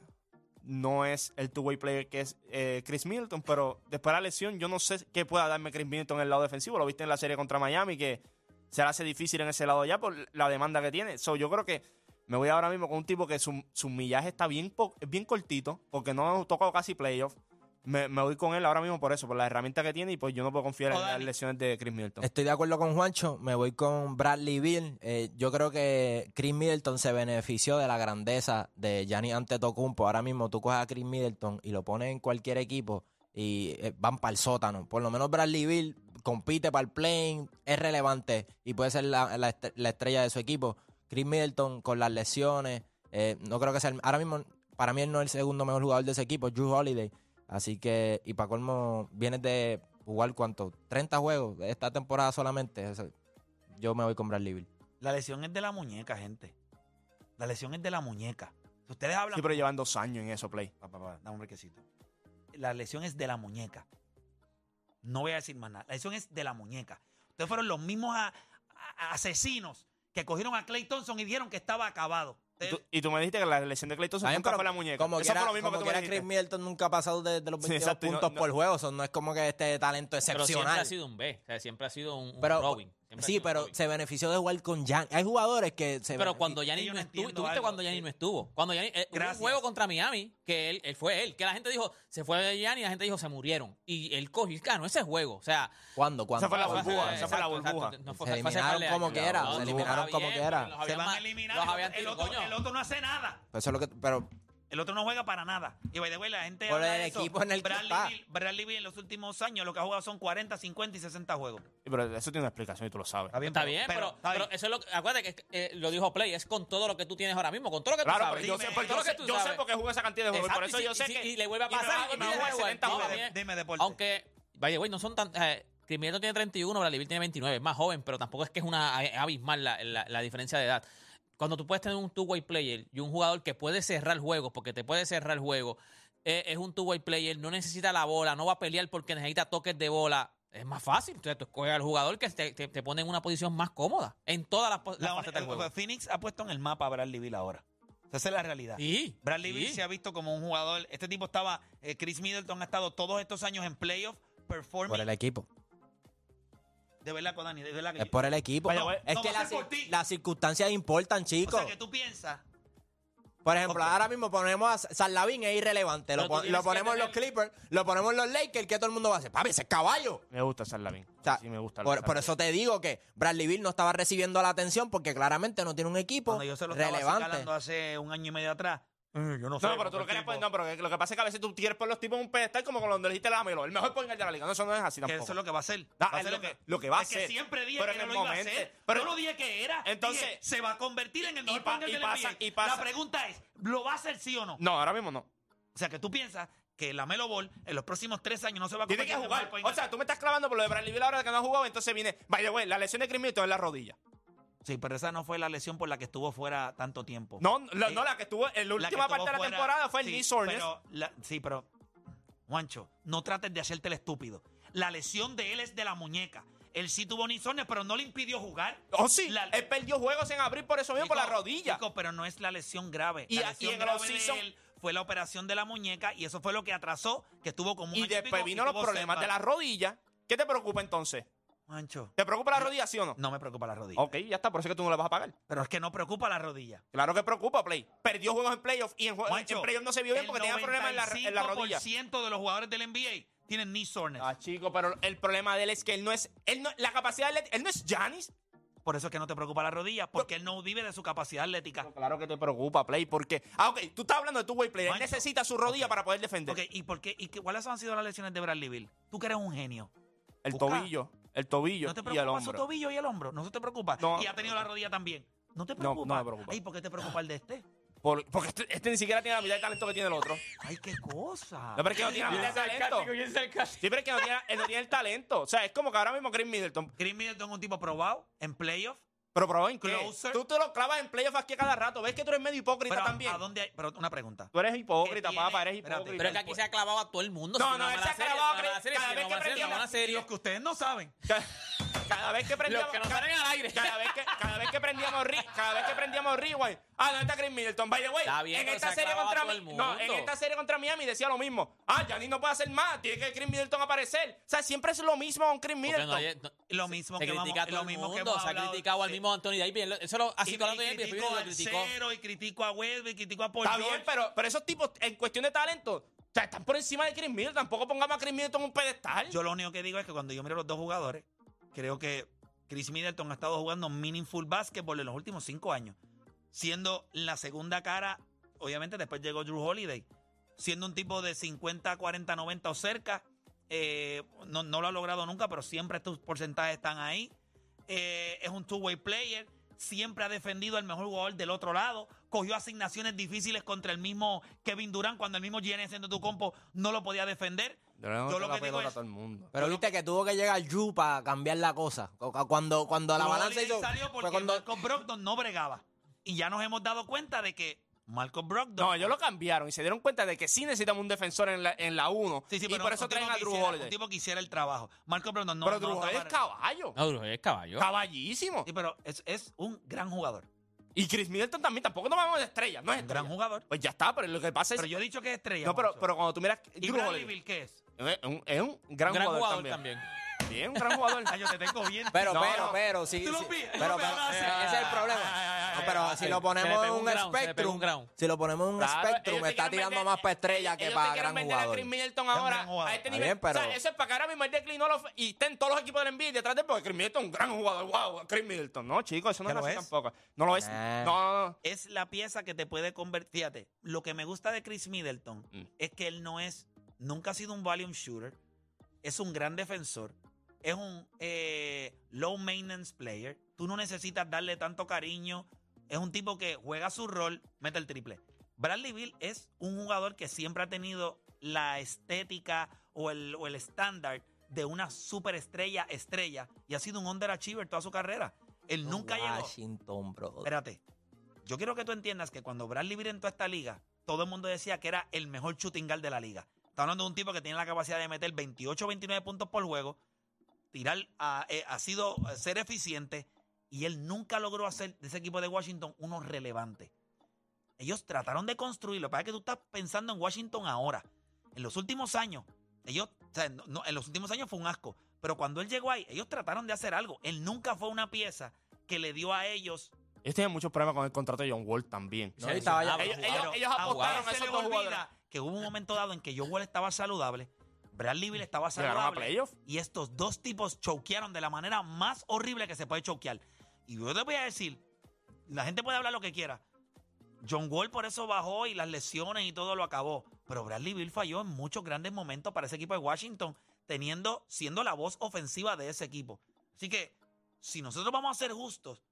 Speaker 4: No es el two-way player que es eh, Chris Middleton, pero después de la lesión yo no sé qué pueda darme Chris Middleton en el lado defensivo. Lo viste en la serie contra Miami que se le hace difícil en ese lado ya por la demanda que tiene. So, yo creo que me voy ahora mismo con un tipo que su, su millaje está bien, po- bien cortito, porque no ha tocado casi playoff. Me, me voy con él ahora mismo por eso, por la herramienta que tiene y pues yo no puedo confiar
Speaker 2: O
Speaker 4: en las
Speaker 2: Dani.
Speaker 4: lesiones de Chris Middleton.
Speaker 5: Estoy de acuerdo con Juancho, me voy con Bradley Bill. Eh, yo creo que Chris Middleton se benefició de la grandeza de Gianni Antetokounmpo. Ahora mismo tú coges a Chris Middleton y lo pones en cualquier equipo y eh, van para el sótano. Por lo menos Bradley Bill compite para el playing, es relevante y puede ser la, la est- la estrella de su equipo. Chris Middleton con las lesiones, eh, no creo que sea... el- ahora mismo, para mí él no es el segundo mejor jugador de ese equipo, Drew Holiday. Así que, y para colmo, vienes de jugar cuánto, 30 juegos de esta temporada solamente. O sea, yo me voy a comprar Bill.
Speaker 2: La lesión es de la muñeca, gente. La lesión es de la muñeca. Si ustedes hablan.
Speaker 4: Sí, pero llevan dos años en eso, Play.
Speaker 2: Pa, pa, pa, dame un requisito. La lesión es de la muñeca. No voy a decir más nada. La lesión es de la muñeca. Ustedes fueron los mismos a- a- asesinos que cogieron a Clay Thompson y dijeron que estaba acabado.
Speaker 4: Y
Speaker 2: Ustedes-
Speaker 4: tú, y tú me dijiste que la lesión de Clayton
Speaker 3: Ah,
Speaker 4: nunca fue la muñeca.
Speaker 5: Como
Speaker 4: eso
Speaker 5: quiera,
Speaker 4: fue lo mismo que
Speaker 5: como
Speaker 4: tú me
Speaker 5: quiera,
Speaker 4: dijiste.
Speaker 5: Chris Middleton nunca ha pasado de, de los
Speaker 4: Sí,
Speaker 5: 22
Speaker 4: exacto, y no-
Speaker 5: puntos
Speaker 4: no-
Speaker 5: por juego. Eso no es como que este talento
Speaker 3: Pero siempre ha
Speaker 5: excepcional.
Speaker 3: sido un B. O sea, siempre ha sido un, un
Speaker 5: Pero-
Speaker 3: Robin. Siempre ha
Speaker 5: sí,
Speaker 3: sido un
Speaker 5: pero
Speaker 3: Robin.
Speaker 5: se benefició de jugar con Jan. Hay jugadores que se
Speaker 3: Pero
Speaker 5: benefic-
Speaker 3: cuando
Speaker 2: que
Speaker 3: Yanis
Speaker 2: yo
Speaker 3: no
Speaker 2: no
Speaker 3: estuvo,
Speaker 2: entiendo
Speaker 3: ¿tuviste
Speaker 2: algo,
Speaker 3: cuando Yanis
Speaker 2: sí.
Speaker 3: no estuvo? Cuando Giannis- eh, hubo un
Speaker 2: Gracias.
Speaker 3: juego contra Miami, que él, él fue él, que la gente dijo, se fue Yanis, la gente dijo, se murieron. Y él cogió, y ganó ese juego. O sea,
Speaker 5: ¿Cuándo? ¿Cuándo?
Speaker 4: Esa fue la
Speaker 3: fue hace-
Speaker 4: burbuja, esa fue la
Speaker 3: exacto, exacto,
Speaker 4: burbuja.
Speaker 3: no fue-
Speaker 5: Se
Speaker 3: fue hace par de
Speaker 5: eliminaron
Speaker 3: años.
Speaker 5: como quiera,
Speaker 3: No,
Speaker 5: se
Speaker 3: no,
Speaker 5: eliminaron
Speaker 3: está
Speaker 5: como
Speaker 3: bien,
Speaker 5: quiera.
Speaker 3: pero los
Speaker 2: se
Speaker 3: habían
Speaker 2: van a
Speaker 3: ma-
Speaker 2: eliminar.
Speaker 3: los
Speaker 2: El
Speaker 3: habían
Speaker 2: otro- el,
Speaker 3: tirado,
Speaker 2: otro,
Speaker 3: coño.
Speaker 2: el otro no hace nada.
Speaker 5: Pues eso es lo que, pero
Speaker 2: El otro no juega para nada. Y by the way, la gente.
Speaker 5: Por
Speaker 2: habla
Speaker 5: el
Speaker 2: de eso.
Speaker 5: equipo en el que
Speaker 2: Bradley
Speaker 5: está.
Speaker 2: Beal- Bradley Beal en los últimos años lo que ha jugado son 40, 50 y 60 juegos.
Speaker 4: Sí, Pero eso tiene una explicación y tú lo sabes.
Speaker 3: Está bien, pero,
Speaker 2: está
Speaker 3: pero
Speaker 2: bien.
Speaker 3: eso es lo que. Acuérdate que eh, lo dijo Play, es con todo lo que tú tienes ahora mismo, con todo lo que
Speaker 4: Claro,
Speaker 3: tú sabes.
Speaker 4: pero yo
Speaker 2: Dime,
Speaker 4: sé, porque yo,
Speaker 3: Todo lo
Speaker 4: sé,
Speaker 3: que tú
Speaker 4: yo sé
Speaker 3: sabes.
Speaker 4: por qué jugué esa cantidad de juegos.
Speaker 3: Exacto,
Speaker 4: Por eso
Speaker 3: y si-
Speaker 4: yo sé
Speaker 3: y si-
Speaker 4: que.
Speaker 3: y le vuelve a
Speaker 4: me va-
Speaker 3: pasar,
Speaker 4: y me
Speaker 3: y le
Speaker 4: va a jugar
Speaker 3: vuelve-
Speaker 4: 70
Speaker 3: no,
Speaker 4: juegos.
Speaker 3: bien.
Speaker 2: Dime, deporte.
Speaker 3: Aunque, vaya, güey, no son tan. Eh, Chris Middleton tiene 31, Bradley Beal tiene 29, es más joven, pero tampoco es que es una es abismal la, la- la diferencia de edad. Cuando tú puedes tener un two-way player y un jugador que puede cerrar juegos, porque te puede cerrar juego, eh, es un two-way player, no necesita la bola, no va a pelear porque necesita toques de bola. Es más fácil, entonces tú escoges al jugador que te, te- te pone en una posición más cómoda en todas las, po- las
Speaker 2: La
Speaker 3: facetas del
Speaker 2: única-
Speaker 3: juego.
Speaker 2: Phoenix ha puesto en el mapa a Bradley Bill ahora. Esa es la realidad.
Speaker 3: Sí,
Speaker 2: Bradley
Speaker 3: sí.
Speaker 2: Beal se ha visto como un jugador. Este tipo estaba. eh, Chris Middleton ha estado todos estos años en playoffs
Speaker 5: por
Speaker 2: performing.
Speaker 5: el equipo.
Speaker 2: De verdad, Codani, de verdad que.
Speaker 5: Es por el equipo.
Speaker 2: Vaya, vaya.
Speaker 5: es
Speaker 2: No,
Speaker 5: que
Speaker 2: va a
Speaker 5: las,
Speaker 2: ser por ti.
Speaker 5: las circunstancias importan,
Speaker 2: o
Speaker 5: chicos.
Speaker 2: sea, que tú piensas.
Speaker 5: Por ejemplo,
Speaker 2: Ok.
Speaker 5: ahora mismo ponemos a San Lavín, es irrelevante. Lo,
Speaker 3: Pero tú
Speaker 5: pon-
Speaker 3: tienes
Speaker 5: lo
Speaker 3: que
Speaker 5: ponemos en los
Speaker 3: tener-
Speaker 5: Clippers, lo ponemos en los Lakers, que todo el mundo va a hacer. Papi, ese es caballo.
Speaker 4: Me gusta San Lavín.
Speaker 5: O sea,
Speaker 4: Sí, me gusta.
Speaker 5: por,
Speaker 4: San
Speaker 5: por
Speaker 4: Lavín.
Speaker 5: eso te digo que Bradley Bill no estaba recibiendo la atención porque claramente no tiene un equipo
Speaker 2: Cuando yo se lo estaba
Speaker 5: relevante.
Speaker 2: acicalando hace un año y medio atrás. eh, yo no sé.
Speaker 4: No, pero tú
Speaker 2: porque
Speaker 4: lo querías
Speaker 2: el tipo-
Speaker 4: poner. No, pero que- lo que pasa es que a veces tú quieres poner los tipos en un pedestal como cuando le dijiste la Melo. El mejor poner de la liga. No, eso no es
Speaker 2: que
Speaker 4: así tampoco.
Speaker 2: eso es lo que va a hacer.
Speaker 4: Ah,
Speaker 2: Va a
Speaker 4: es
Speaker 2: ser
Speaker 4: lo que- lo que va a
Speaker 2: es
Speaker 4: ser.
Speaker 2: que siempre dije
Speaker 4: Pero
Speaker 2: que
Speaker 4: en
Speaker 2: no
Speaker 4: el
Speaker 2: lo iba a
Speaker 4: momento-
Speaker 2: hacer.
Speaker 4: pero-
Speaker 2: yo lo dije que era.
Speaker 4: Entonces-
Speaker 2: Dije, se va a convertir en el mejor
Speaker 4: pa-
Speaker 2: punter
Speaker 4: y
Speaker 2: del
Speaker 4: pasa-
Speaker 2: NBA.
Speaker 4: y pasa-
Speaker 2: La pregunta es, ¿lo va a hacer sí o no?
Speaker 4: No, ahora mismo no.
Speaker 2: O sea, que tú piensas que la Melo Ball en los próximos tres años no se va a
Speaker 4: Tiene que
Speaker 2: convertir en el
Speaker 4: jugar.
Speaker 2: mejor point
Speaker 4: O
Speaker 2: guard.
Speaker 4: sea, tú me estás clavando por lo de Bradley Beal ahora que no ha jugado. Entonces viene. By the way, la lesión de Chris Middleton es la rodilla.
Speaker 2: Sí, pero esa no fue la lesión por la que estuvo fuera tanto tiempo.
Speaker 4: No, la,
Speaker 2: Sí.
Speaker 4: no, la que estuvo. En la
Speaker 2: La que
Speaker 4: última
Speaker 2: estuvo
Speaker 4: parte de la
Speaker 2: fuera-
Speaker 4: temporada fue el
Speaker 2: sí,
Speaker 4: knee soreness.
Speaker 2: pero la- sí, pero, Juancho, no trates de hacerte el estúpido. La lesión de él es de la muñeca. Él sí tuvo knee soreness, pero no le impidió jugar.
Speaker 4: Oh, sí.
Speaker 2: La-
Speaker 4: él perdió juegos en abril por eso mismo, por la
Speaker 2: Chico,
Speaker 4: rodilla.
Speaker 2: chico, pero no es la lesión grave.
Speaker 4: Y-
Speaker 2: la
Speaker 4: y
Speaker 2: lesión
Speaker 4: en el
Speaker 2: grave de
Speaker 4: offseason-
Speaker 2: él fue la operación de la muñeca y eso fue lo que atrasó, que estuvo como un
Speaker 4: y
Speaker 2: año
Speaker 4: después
Speaker 2: pico
Speaker 4: vino
Speaker 2: y
Speaker 4: los
Speaker 2: tuvo
Speaker 4: problemas de
Speaker 2: setback.
Speaker 4: la rodilla. ¿Qué te preocupa entonces?
Speaker 2: Juancho,
Speaker 4: ¿Te preocupa la rodilla, sí o no?
Speaker 2: no me preocupa la rodilla.
Speaker 4: Ok, ya está, por eso es que tú no le vas a pagar.
Speaker 2: Pero es que no preocupa la rodilla.
Speaker 4: Claro que preocupa, Play. Perdió juegos en playoffs y en, jue-
Speaker 2: Juancho,
Speaker 4: en playoffs no se vio bien
Speaker 2: el
Speaker 4: porque tenía problemas en la, en la rodilla.
Speaker 2: 95% de los jugadores del NBA tienen knee soreness.
Speaker 4: Ah, chico, pero el problema de él es que él no es. Él no, la capacidad de él, él no es Janis.
Speaker 2: Por eso es que no te preocupa la rodilla, porque él no vive de su capacidad atlética.
Speaker 4: Claro que te preocupa, Play, porque. Ah, ok, tú estás hablando de tu way player. Él
Speaker 2: Juancho.
Speaker 4: necesita su rodilla
Speaker 2: Ok.
Speaker 4: para poder defender.
Speaker 2: Ok, ¿y por qué? ¿Y qué- cuáles han sido las lesiones de Bradley Bill? Tú que eres un genio.
Speaker 4: El
Speaker 2: Busca.
Speaker 4: tobillo. el tobillo
Speaker 2: ¿No te
Speaker 4: y el
Speaker 2: preocupa su
Speaker 4: hombro.
Speaker 2: tobillo y el hombro? ¿No te preocupa?
Speaker 4: No.
Speaker 2: Y ha tenido la rodilla también. ¿No te
Speaker 4: No, no
Speaker 2: preocupa?
Speaker 4: me preocupa.
Speaker 2: Ay, ¿por qué te preocupa el de este?
Speaker 4: Por- porque este, este ni siquiera tiene la mitad de talento que tiene el otro.
Speaker 2: Ay, qué cosa.
Speaker 4: No, pero es que no tiene la mitad de talento. Sí, pero es que no tiene, él no tiene el talento. O sea, es como que ahora mismo Chris Middleton.
Speaker 2: Chris Middleton es un tipo probado en playoff.
Speaker 4: Pero probó en qué?
Speaker 2: Closer.
Speaker 4: Tú te lo clavas en playoffs aquí a cada rato. Ves que tú eres medio hipócrita
Speaker 2: Pero ¿a-
Speaker 4: también.
Speaker 2: ¿a dónde hay? Pero una pregunta.
Speaker 4: Tú eres hipócrita,
Speaker 2: ¿Qué tiene?
Speaker 4: papá. Eres
Speaker 2: Espérate,
Speaker 4: hipócrita.
Speaker 3: Pero es que aquí se ha clavado a todo el mundo.
Speaker 4: No,
Speaker 3: si
Speaker 4: no,
Speaker 3: una
Speaker 4: él se
Speaker 3: mala
Speaker 4: ha
Speaker 3: serie,
Speaker 4: clavado a
Speaker 3: una
Speaker 4: Chris
Speaker 3: mala serie,
Speaker 4: cada
Speaker 3: si una
Speaker 4: vez que
Speaker 3: mala serie,
Speaker 4: pretenda.
Speaker 3: una mala
Speaker 2: Y
Speaker 3: serie.
Speaker 2: los que ustedes no saben.
Speaker 4: Ca- Cada vez que prendíamos.
Speaker 3: que no
Speaker 4: cada,
Speaker 3: salen al aire.
Speaker 4: Cada vez que, cada vez que prendíamos re- cada vez que prendíamos rewind. Ah, ¿dónde está Chris Middleton? By the way,
Speaker 3: Está bien,
Speaker 4: en
Speaker 3: pero
Speaker 4: esta
Speaker 3: se ha
Speaker 4: serie
Speaker 3: clavado a
Speaker 4: contra
Speaker 3: todo el
Speaker 4: Mi- No, en
Speaker 3: mundo.
Speaker 4: esta serie contra Miami decía lo mismo. Ah, Gianni no puede hacer más, tiene que Chris Middleton aparecer. O sea, siempre es lo mismo con Chris
Speaker 3: Porque
Speaker 4: Middleton.
Speaker 3: no, oye, no,
Speaker 2: Lo mismo
Speaker 3: se
Speaker 2: que vamos,
Speaker 3: critica a todo
Speaker 2: lo
Speaker 3: el
Speaker 2: mismo que
Speaker 3: mundo,
Speaker 2: hemos
Speaker 3: se ha
Speaker 2: hablado-
Speaker 3: criticado al
Speaker 2: sí.
Speaker 3: mismo Anthony Davis. Eso lo ha
Speaker 2: Y, y
Speaker 3: sido Anthony Davis,
Speaker 2: critico
Speaker 3: lo
Speaker 2: al
Speaker 3: criticó.
Speaker 2: cero y critico a Westbrook y critico a Paul
Speaker 4: Está
Speaker 2: George.
Speaker 4: bien, pero, pero esos tipos, en cuestión de talento, o sea, están por encima de Chris Middleton. Tampoco pongamos a Chris Middleton en un pedestal.
Speaker 2: Yo lo único que digo es que cuando yo miro los dos jugadores, creo que Chris Middleton ha estado jugando meaningful basketball en los últimos cinco años, siendo la segunda cara, obviamente después llegó Drew Holiday, siendo un tipo de 50, 40, 90 o cerca, eh, no, no lo ha logrado nunca, pero siempre estos porcentajes están ahí, Eh, es un two-way player, siempre ha defendido al mejor jugador del otro lado, cogió asignaciones difíciles contra el mismo Kevin Durant cuando el mismo GNS en tu compo no lo podía defender. yo lo que digo es-
Speaker 4: el mundo.
Speaker 5: Pero viste que tuvo que llegar Yu para cambiar la cosa. O- o- Cuando, cuando la
Speaker 2: Pero
Speaker 5: balanza
Speaker 2: Holiday
Speaker 5: hizo.
Speaker 2: salió
Speaker 5: fue
Speaker 2: porque
Speaker 5: cuando-
Speaker 2: Malcolm Brogdon no bregaba. Y ya nos hemos dado cuenta de que Malcolm Brogdon.
Speaker 4: No, ellos lo cambiaron y se dieron cuenta de que sí necesitamos un defensor en la, en la 1.
Speaker 2: Sí, sí,
Speaker 4: y
Speaker 2: pero
Speaker 4: por eso
Speaker 2: un tipo
Speaker 4: traen a
Speaker 2: que
Speaker 4: Drew
Speaker 2: hiciera-
Speaker 4: Holiday.
Speaker 2: Un tipo que hiciera el trabajo. Malcolm Brogdon no.
Speaker 4: pero
Speaker 2: no
Speaker 4: Drew Holiday es
Speaker 2: estaba-
Speaker 4: caballo.
Speaker 3: No, bro, es caballo.
Speaker 4: Caballísimo.
Speaker 2: Sí, pero es, es un gran jugador.
Speaker 4: Y Chris Middleton también, tampoco tomamos de estrella, no es
Speaker 2: Un gran
Speaker 4: estrella.
Speaker 2: jugador.
Speaker 4: Pues ya está, pero lo que pasa es.
Speaker 2: Pero yo he dicho que es estrella.
Speaker 4: no, pero,
Speaker 2: Moncho.
Speaker 4: pero cuando tú miras.
Speaker 2: ¿Y
Speaker 4: Drew
Speaker 2: Bradley
Speaker 4: Holiday
Speaker 2: Beal qué es?
Speaker 4: es un, es un gran,
Speaker 3: gran
Speaker 4: jugador,
Speaker 3: jugador
Speaker 4: también.
Speaker 3: también.
Speaker 4: Bien, un gran
Speaker 2: [laughs]
Speaker 4: jugador.
Speaker 2: Ah, yo te tengo
Speaker 4: [laughs]
Speaker 2: bien.
Speaker 5: Pero,
Speaker 4: No,
Speaker 5: pero,
Speaker 4: no.
Speaker 5: pero, sí.
Speaker 2: Tú lo
Speaker 5: sí.
Speaker 2: pi- tú
Speaker 5: pero,
Speaker 2: lo
Speaker 5: pero,
Speaker 2: pegaste.
Speaker 5: eh, ese es el problema. No, pero si lo ponemos
Speaker 3: pegó
Speaker 5: en
Speaker 3: un
Speaker 5: un
Speaker 3: ground, se le pegó un
Speaker 5: spectrum,
Speaker 3: ground.
Speaker 5: si lo ponemos en un
Speaker 4: Claro, ellos
Speaker 5: spectrum,
Speaker 4: te
Speaker 5: está
Speaker 4: quieren
Speaker 5: tirando
Speaker 4: vender-
Speaker 5: más para estrella que
Speaker 4: ellos te
Speaker 5: para
Speaker 4: quieren
Speaker 5: gran
Speaker 4: vender a
Speaker 5: jugador.
Speaker 4: Chris Middleton
Speaker 2: Es un
Speaker 4: ahora
Speaker 2: gran jugador.
Speaker 4: a este
Speaker 5: Está
Speaker 4: nivel.
Speaker 5: bien, pero-
Speaker 4: O sea, eso es para que ahora mismo él declinó los- y estén todos los equipos del NBA detrás de él porque Chris Middleton es un gran jugador. Wow, Chris Middleton. No, chicos, eso no
Speaker 2: ¿Que
Speaker 4: es
Speaker 2: lo
Speaker 4: así
Speaker 2: es?
Speaker 4: tampoco. No lo es.
Speaker 5: Nah.
Speaker 4: No, no, no.
Speaker 2: Es la pieza que te puede convertir. Fíjate, lo que me gusta de Chris Middleton
Speaker 4: Mm.
Speaker 2: es que él no es. Nunca ha sido un volume shooter. Es un gran defensor. Es un eh, low maintenance player. Tú no necesitas darle tanto cariño. Es un tipo que juega su rol, mete el triple. Bradley Bill es un jugador que siempre ha tenido la estética o el o el estándar de una superestrella estrella y ha sido un underachiever toda su carrera.
Speaker 5: Oh,
Speaker 2: Él nunca llegó.
Speaker 5: Washington, bro.
Speaker 2: Espérate. Yo quiero que tú entiendas que cuando Bradley Beal entró a esta liga, todo el mundo decía que era el mejor shooting guard de la liga. Está hablando de un tipo que tiene la capacidad de meter 28 o 29 puntos por juego, tirar, a- eh, ha sido eh, ser eficiente y él nunca logró hacer de ese equipo de Washington uno relevante. Ellos trataron de construirlo. Para que tú estás pensando en Washington ahora. En los últimos años, ellos, o sea, no- no, en los últimos años fue un asco. Pero cuando él llegó ahí, ellos trataron de hacer algo. Él nunca fue una pieza que le dio a ellos
Speaker 4: Ellos tienen muchos problemas con el contrato de John Wall también.
Speaker 5: No, y estaba ya-
Speaker 4: ellos,
Speaker 3: pero-
Speaker 4: ellos-
Speaker 2: pero
Speaker 4: ellos
Speaker 2: a
Speaker 4: apostaron
Speaker 2: Wall
Speaker 4: a
Speaker 2: se
Speaker 4: esos
Speaker 2: le
Speaker 4: dos
Speaker 2: olvida
Speaker 4: jugadores.
Speaker 2: Que hubo un momento dado en que Joe Wall estaba saludable, Bradley Beal estaba
Speaker 4: Llegaron a
Speaker 2: saludable.
Speaker 4: playoff.
Speaker 2: Y estos dos tipos choquearon de la manera más horrible que se puede choquear. Y yo te voy a decir, la gente puede hablar lo que quiera. John Wall por eso bajó y las lesiones y todo lo acabó. Pero Bradley Bill falló en muchos grandes momentos para ese equipo de Washington, teniendo, siendo la voz ofensiva de ese equipo. Así que, si nosotros vamos a ser justos,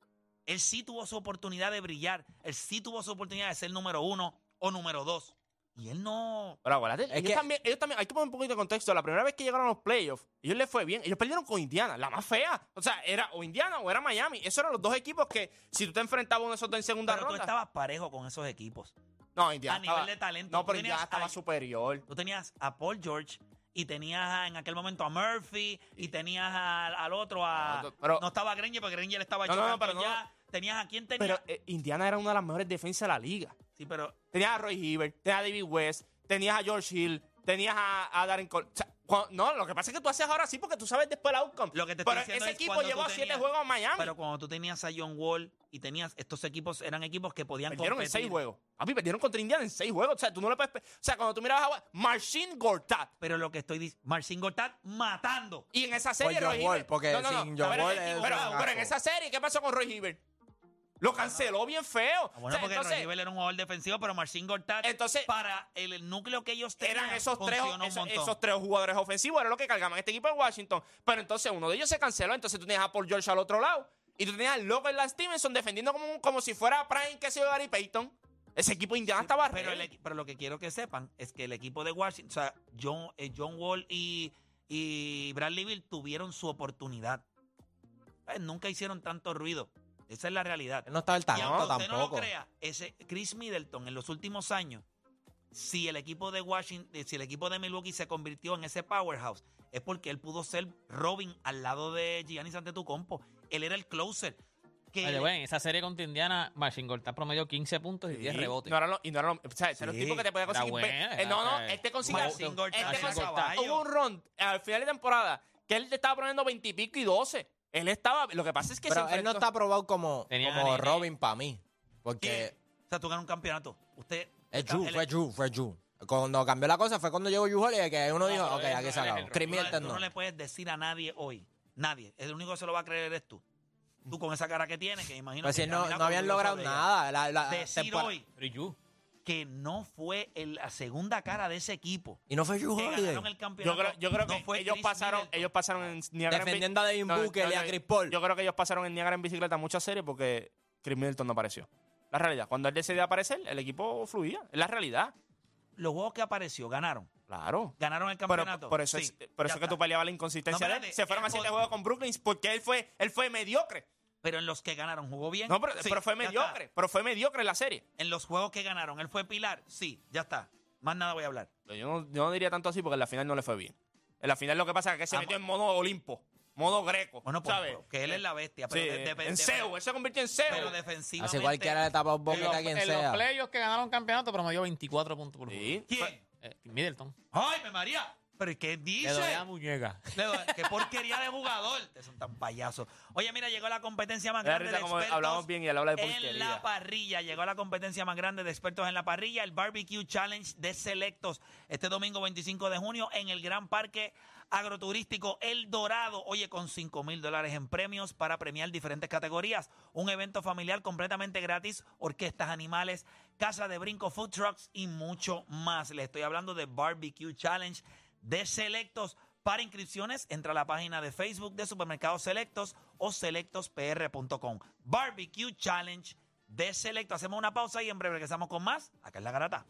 Speaker 2: él sí tuvo su oportunidad de brillar, él sí tuvo su oportunidad de ser número uno o número dos. Y él no.
Speaker 4: Pero acuérdate, ellos,
Speaker 5: que-
Speaker 4: también, ellos también, hay que poner un poquito de contexto. La primera vez que llegaron a los playoffs, ellos les fue bien. Ellos perdieron con Indiana, la más fea. O sea, era o Indiana o era Miami. Esos eran los dos equipos que, si tú te enfrentabas a uno de esos dos en segunda
Speaker 2: Pero tú
Speaker 4: ronda.
Speaker 2: estabas parejo con esos equipos.
Speaker 4: no, Indiana.
Speaker 2: a nivel
Speaker 4: estaba-
Speaker 2: de talento,
Speaker 4: No,
Speaker 2: tú
Speaker 4: pero
Speaker 2: tenías
Speaker 4: Indiana estaba
Speaker 2: a-
Speaker 4: superior.
Speaker 2: Tú tenías a Paul George y tenías a- en aquel momento a Murphy y tenías al, al otro a.
Speaker 4: No, pero-
Speaker 2: Ah, no estaba Granger porque Granger estaba
Speaker 4: No, no, no,
Speaker 2: chocando
Speaker 4: pero no,
Speaker 2: ya. Tenías a quién tenías.
Speaker 4: Pero eh, Indiana era una de las mejores defensas de la liga.
Speaker 2: sí, pero
Speaker 4: Tenías a Roy Hibbert, tenías a David West, tenías a George Hill, tenías a, a Darren Cole. O sea, cuando- no, lo que pasa es que tú haces ahora sí porque tú sabes después el outcome.
Speaker 2: Lo que te estoy
Speaker 4: pero
Speaker 2: diciendo
Speaker 4: ese
Speaker 2: es
Speaker 4: equipo
Speaker 2: cuando
Speaker 4: llevó
Speaker 2: tú
Speaker 4: a siete
Speaker 2: tenías-
Speaker 4: juegos a Miami.
Speaker 2: Pero cuando tú tenías a John Wall y tenías estos equipos, eran equipos que podían
Speaker 4: Perdieron en
Speaker 2: competir.
Speaker 4: seis juegos. Papi, perdieron contra Indiana en seis juegos. O sea, tú no le puedes. pe- O sea, cuando tú mirabas a Marcin Gortat.
Speaker 2: Pero lo que estoy diciendo, Marcin Gortat matando.
Speaker 4: Y en esa serie,
Speaker 5: Pues John
Speaker 4: Roy
Speaker 5: Wall,
Speaker 4: Hibbert-
Speaker 5: porque
Speaker 4: no, no, no.
Speaker 5: sin John
Speaker 4: Pero-
Speaker 5: Wall es
Speaker 4: pero,
Speaker 5: un
Speaker 4: pero en
Speaker 5: fracaso.
Speaker 4: esa serie, ¿qué pasó con Roy Hibbert? Lo canceló bien feo.
Speaker 2: Ah,
Speaker 4: O
Speaker 2: Bueno,
Speaker 4: sea,
Speaker 2: porque
Speaker 4: entonces,
Speaker 2: Rogier Bell era un jugador defensivo, pero Marcin Gortat,
Speaker 4: Entonces-
Speaker 2: para el, el núcleo que ellos tenían,
Speaker 4: eran esos tres,
Speaker 2: funcionó un
Speaker 4: esos,
Speaker 2: montón.
Speaker 4: esos tres jugadores ofensivos, era lo que cargaban este equipo de Washington. Pero entonces uno de ellos se canceló, entonces tú tenías a Paul George al otro lado. Y tú tenías a Logan Lance Stevenson defendiendo como, un- como si fuera Prime, que se yo, Gary Payton. Ese equipo de
Speaker 5: Ah,
Speaker 4: Indiana estaba
Speaker 2: pero,
Speaker 4: ready.
Speaker 2: el equi- pero lo que quiero que sepan es que el equipo de Washington, o sea, John, eh, John Wall y, y Bradley Bill tuvieron su oportunidad. Eh, Nunca hicieron tanto ruido. Esa es la realidad.
Speaker 5: Él no estaba el
Speaker 2: Y
Speaker 5: talento
Speaker 2: aunque usted no lo
Speaker 5: tampoco.
Speaker 2: crea, ese Chris Middleton en los últimos años, si el equipo de Washington, eh, si el equipo de Milwaukee se convirtió en ese powerhouse, es porque él pudo ser Robin al lado de Giannis Antetokounmpo. Él era el closer. Que
Speaker 3: Oye,
Speaker 2: le-
Speaker 3: bueno, en esa serie con Tindiana, Machine Gortat promedio 15 puntos y
Speaker 4: Sí,
Speaker 3: 10 rebotes.
Speaker 4: No eran los, y no eran los, o sea, ese era
Speaker 3: Sí,
Speaker 4: el tipo que te podía
Speaker 3: era
Speaker 4: conseguir.
Speaker 3: buena,
Speaker 4: ve- eh,
Speaker 3: era-
Speaker 4: no, no,
Speaker 3: era-
Speaker 4: este conseguía.
Speaker 2: Marcin Gortat,
Speaker 4: este
Speaker 2: Marcin
Speaker 4: conseguía-
Speaker 2: Gortat.
Speaker 4: Hubo un round al final de temporada que él te estaba poniendo 20 y pico y 12. Él estaba. Lo que pasa es que
Speaker 5: Pero
Speaker 4: se
Speaker 5: él no
Speaker 4: enfrentó-
Speaker 5: está probado como,
Speaker 3: Tenía
Speaker 5: como
Speaker 3: anime.
Speaker 5: Robin para mí. Porque
Speaker 2: O sea, tú ganas un campeonato. Usted.
Speaker 5: es
Speaker 2: está-
Speaker 5: Drew,
Speaker 2: el-
Speaker 5: fue Drew, fue Drew. Cuando cambió la cosa fue cuando llegó Drew Holiday que uno dijo,
Speaker 3: pero
Speaker 5: ok,
Speaker 3: él
Speaker 5: aquí
Speaker 3: no
Speaker 5: se
Speaker 3: era
Speaker 5: acabó.
Speaker 3: el-
Speaker 5: Chris
Speaker 2: tú no le-
Speaker 5: Middleton
Speaker 2: tú no
Speaker 5: no.
Speaker 2: le puedes decir a nadie hoy. Nadie. El único que se lo va a creer eres tú. Tú con esa cara que tienes, que imagino
Speaker 5: Pues
Speaker 2: que
Speaker 5: si no,
Speaker 2: camina
Speaker 5: no habían
Speaker 2: orgulloso
Speaker 5: logrado
Speaker 2: de ella.
Speaker 5: nada. La, la
Speaker 2: Decir
Speaker 5: tempora-
Speaker 2: hoy
Speaker 3: Pero ¿y you?
Speaker 2: que no fue el- la segunda cara de ese equipo.
Speaker 5: Y no fue Drew
Speaker 2: Que
Speaker 5: Holiday.
Speaker 2: ganaron el
Speaker 4: Yo
Speaker 2: campeonato.
Speaker 4: creo, yo creo
Speaker 2: no
Speaker 4: que
Speaker 2: fue
Speaker 4: ellos
Speaker 2: Chris
Speaker 4: pasaron,
Speaker 2: Middleton.
Speaker 4: ellos pasaron en Niagara. en
Speaker 5: Defendiendo a Devin
Speaker 4: bici-
Speaker 5: Booker y a
Speaker 4: yo-
Speaker 5: Chris Paul.
Speaker 4: Yo creo que ellos pasaron en Niagara en bicicleta muchas series porque Chris Middleton no apareció. La realidad. Cuando él decidió aparecer, el equipo fluía. Es la realidad.
Speaker 2: Los juegos que apareció ganaron.
Speaker 4: Claro.
Speaker 2: Ganaron el
Speaker 4: Pero
Speaker 2: campeonato.
Speaker 4: por eso,
Speaker 2: Sí,
Speaker 4: es, por
Speaker 2: ya
Speaker 4: eso es que
Speaker 2: está.
Speaker 4: tú peleabas la inconsistencia
Speaker 2: No,
Speaker 4: de él.
Speaker 2: espérate, eh,
Speaker 4: Se fueron a
Speaker 2: él
Speaker 4: siete
Speaker 2: pod-
Speaker 4: juegos con Brooklyn porque él fue, él fue mediocre.
Speaker 2: Pero en los que ganaron jugó bien.
Speaker 4: No, pero,
Speaker 2: Sí,
Speaker 4: pero fue
Speaker 2: ya está.
Speaker 4: mediocre. Pero fue mediocre la serie.
Speaker 2: En los juegos que ganaron, él fue pilar. Sí, ya está. Más nada voy a hablar.
Speaker 4: Yo no, yo no diría tanto así porque en la final no le fue bien. En la final lo que pasa es que se
Speaker 2: Ah,
Speaker 4: metió
Speaker 2: mo-
Speaker 4: en modo Olimpo, modo greco.
Speaker 2: Bueno, pues,
Speaker 4: ¿sabes?
Speaker 2: que él es la bestia.
Speaker 4: Sí,
Speaker 2: Pero de- de-
Speaker 4: en
Speaker 2: de-
Speaker 4: Seo. Él se convirtió en Seo.
Speaker 2: Pero defensivamente.
Speaker 5: Así cualquiera le tapa un
Speaker 3: En los,
Speaker 5: boquete a quien
Speaker 3: en los
Speaker 5: sea.
Speaker 3: playoffs que ganaron campeonato promedió 24 puntos por juego.
Speaker 4: Sí.
Speaker 2: ¿Quién?
Speaker 3: Eh, Middleton.
Speaker 2: ¡Ay, me María! ¿Pero ¿y qué dice?
Speaker 3: Le doy a la muñeca.
Speaker 2: Le doy- ¡Qué porquería de jugador! Ustedes son tan payasos. Oye, mira, llegó la competencia más
Speaker 4: Me da
Speaker 2: grande
Speaker 4: risa
Speaker 2: de
Speaker 4: como
Speaker 2: expertos
Speaker 4: hablamos bien y él habla de
Speaker 2: en la
Speaker 4: porquería.
Speaker 2: parrilla. Llegó la competencia más grande de expertos en la parrilla, el Barbecue Challenge de Selectos. Este domingo 25 de junio en el Gran Parque Agroturístico El Dorado. Oye, con 5 mil dólares en premios para premiar diferentes categorías. Un evento familiar completamente gratis, orquestas, animales, casa de brinco, food trucks y mucho más. Le estoy hablando de Barbecue Challenge de Selectos. Para inscripciones, entra a la página de Facebook de Supermercados Selectos o selectospr.com. Barbecue Challenge de Selectos. Hacemos una pausa y en breve regresamos con más. Acá es la garata.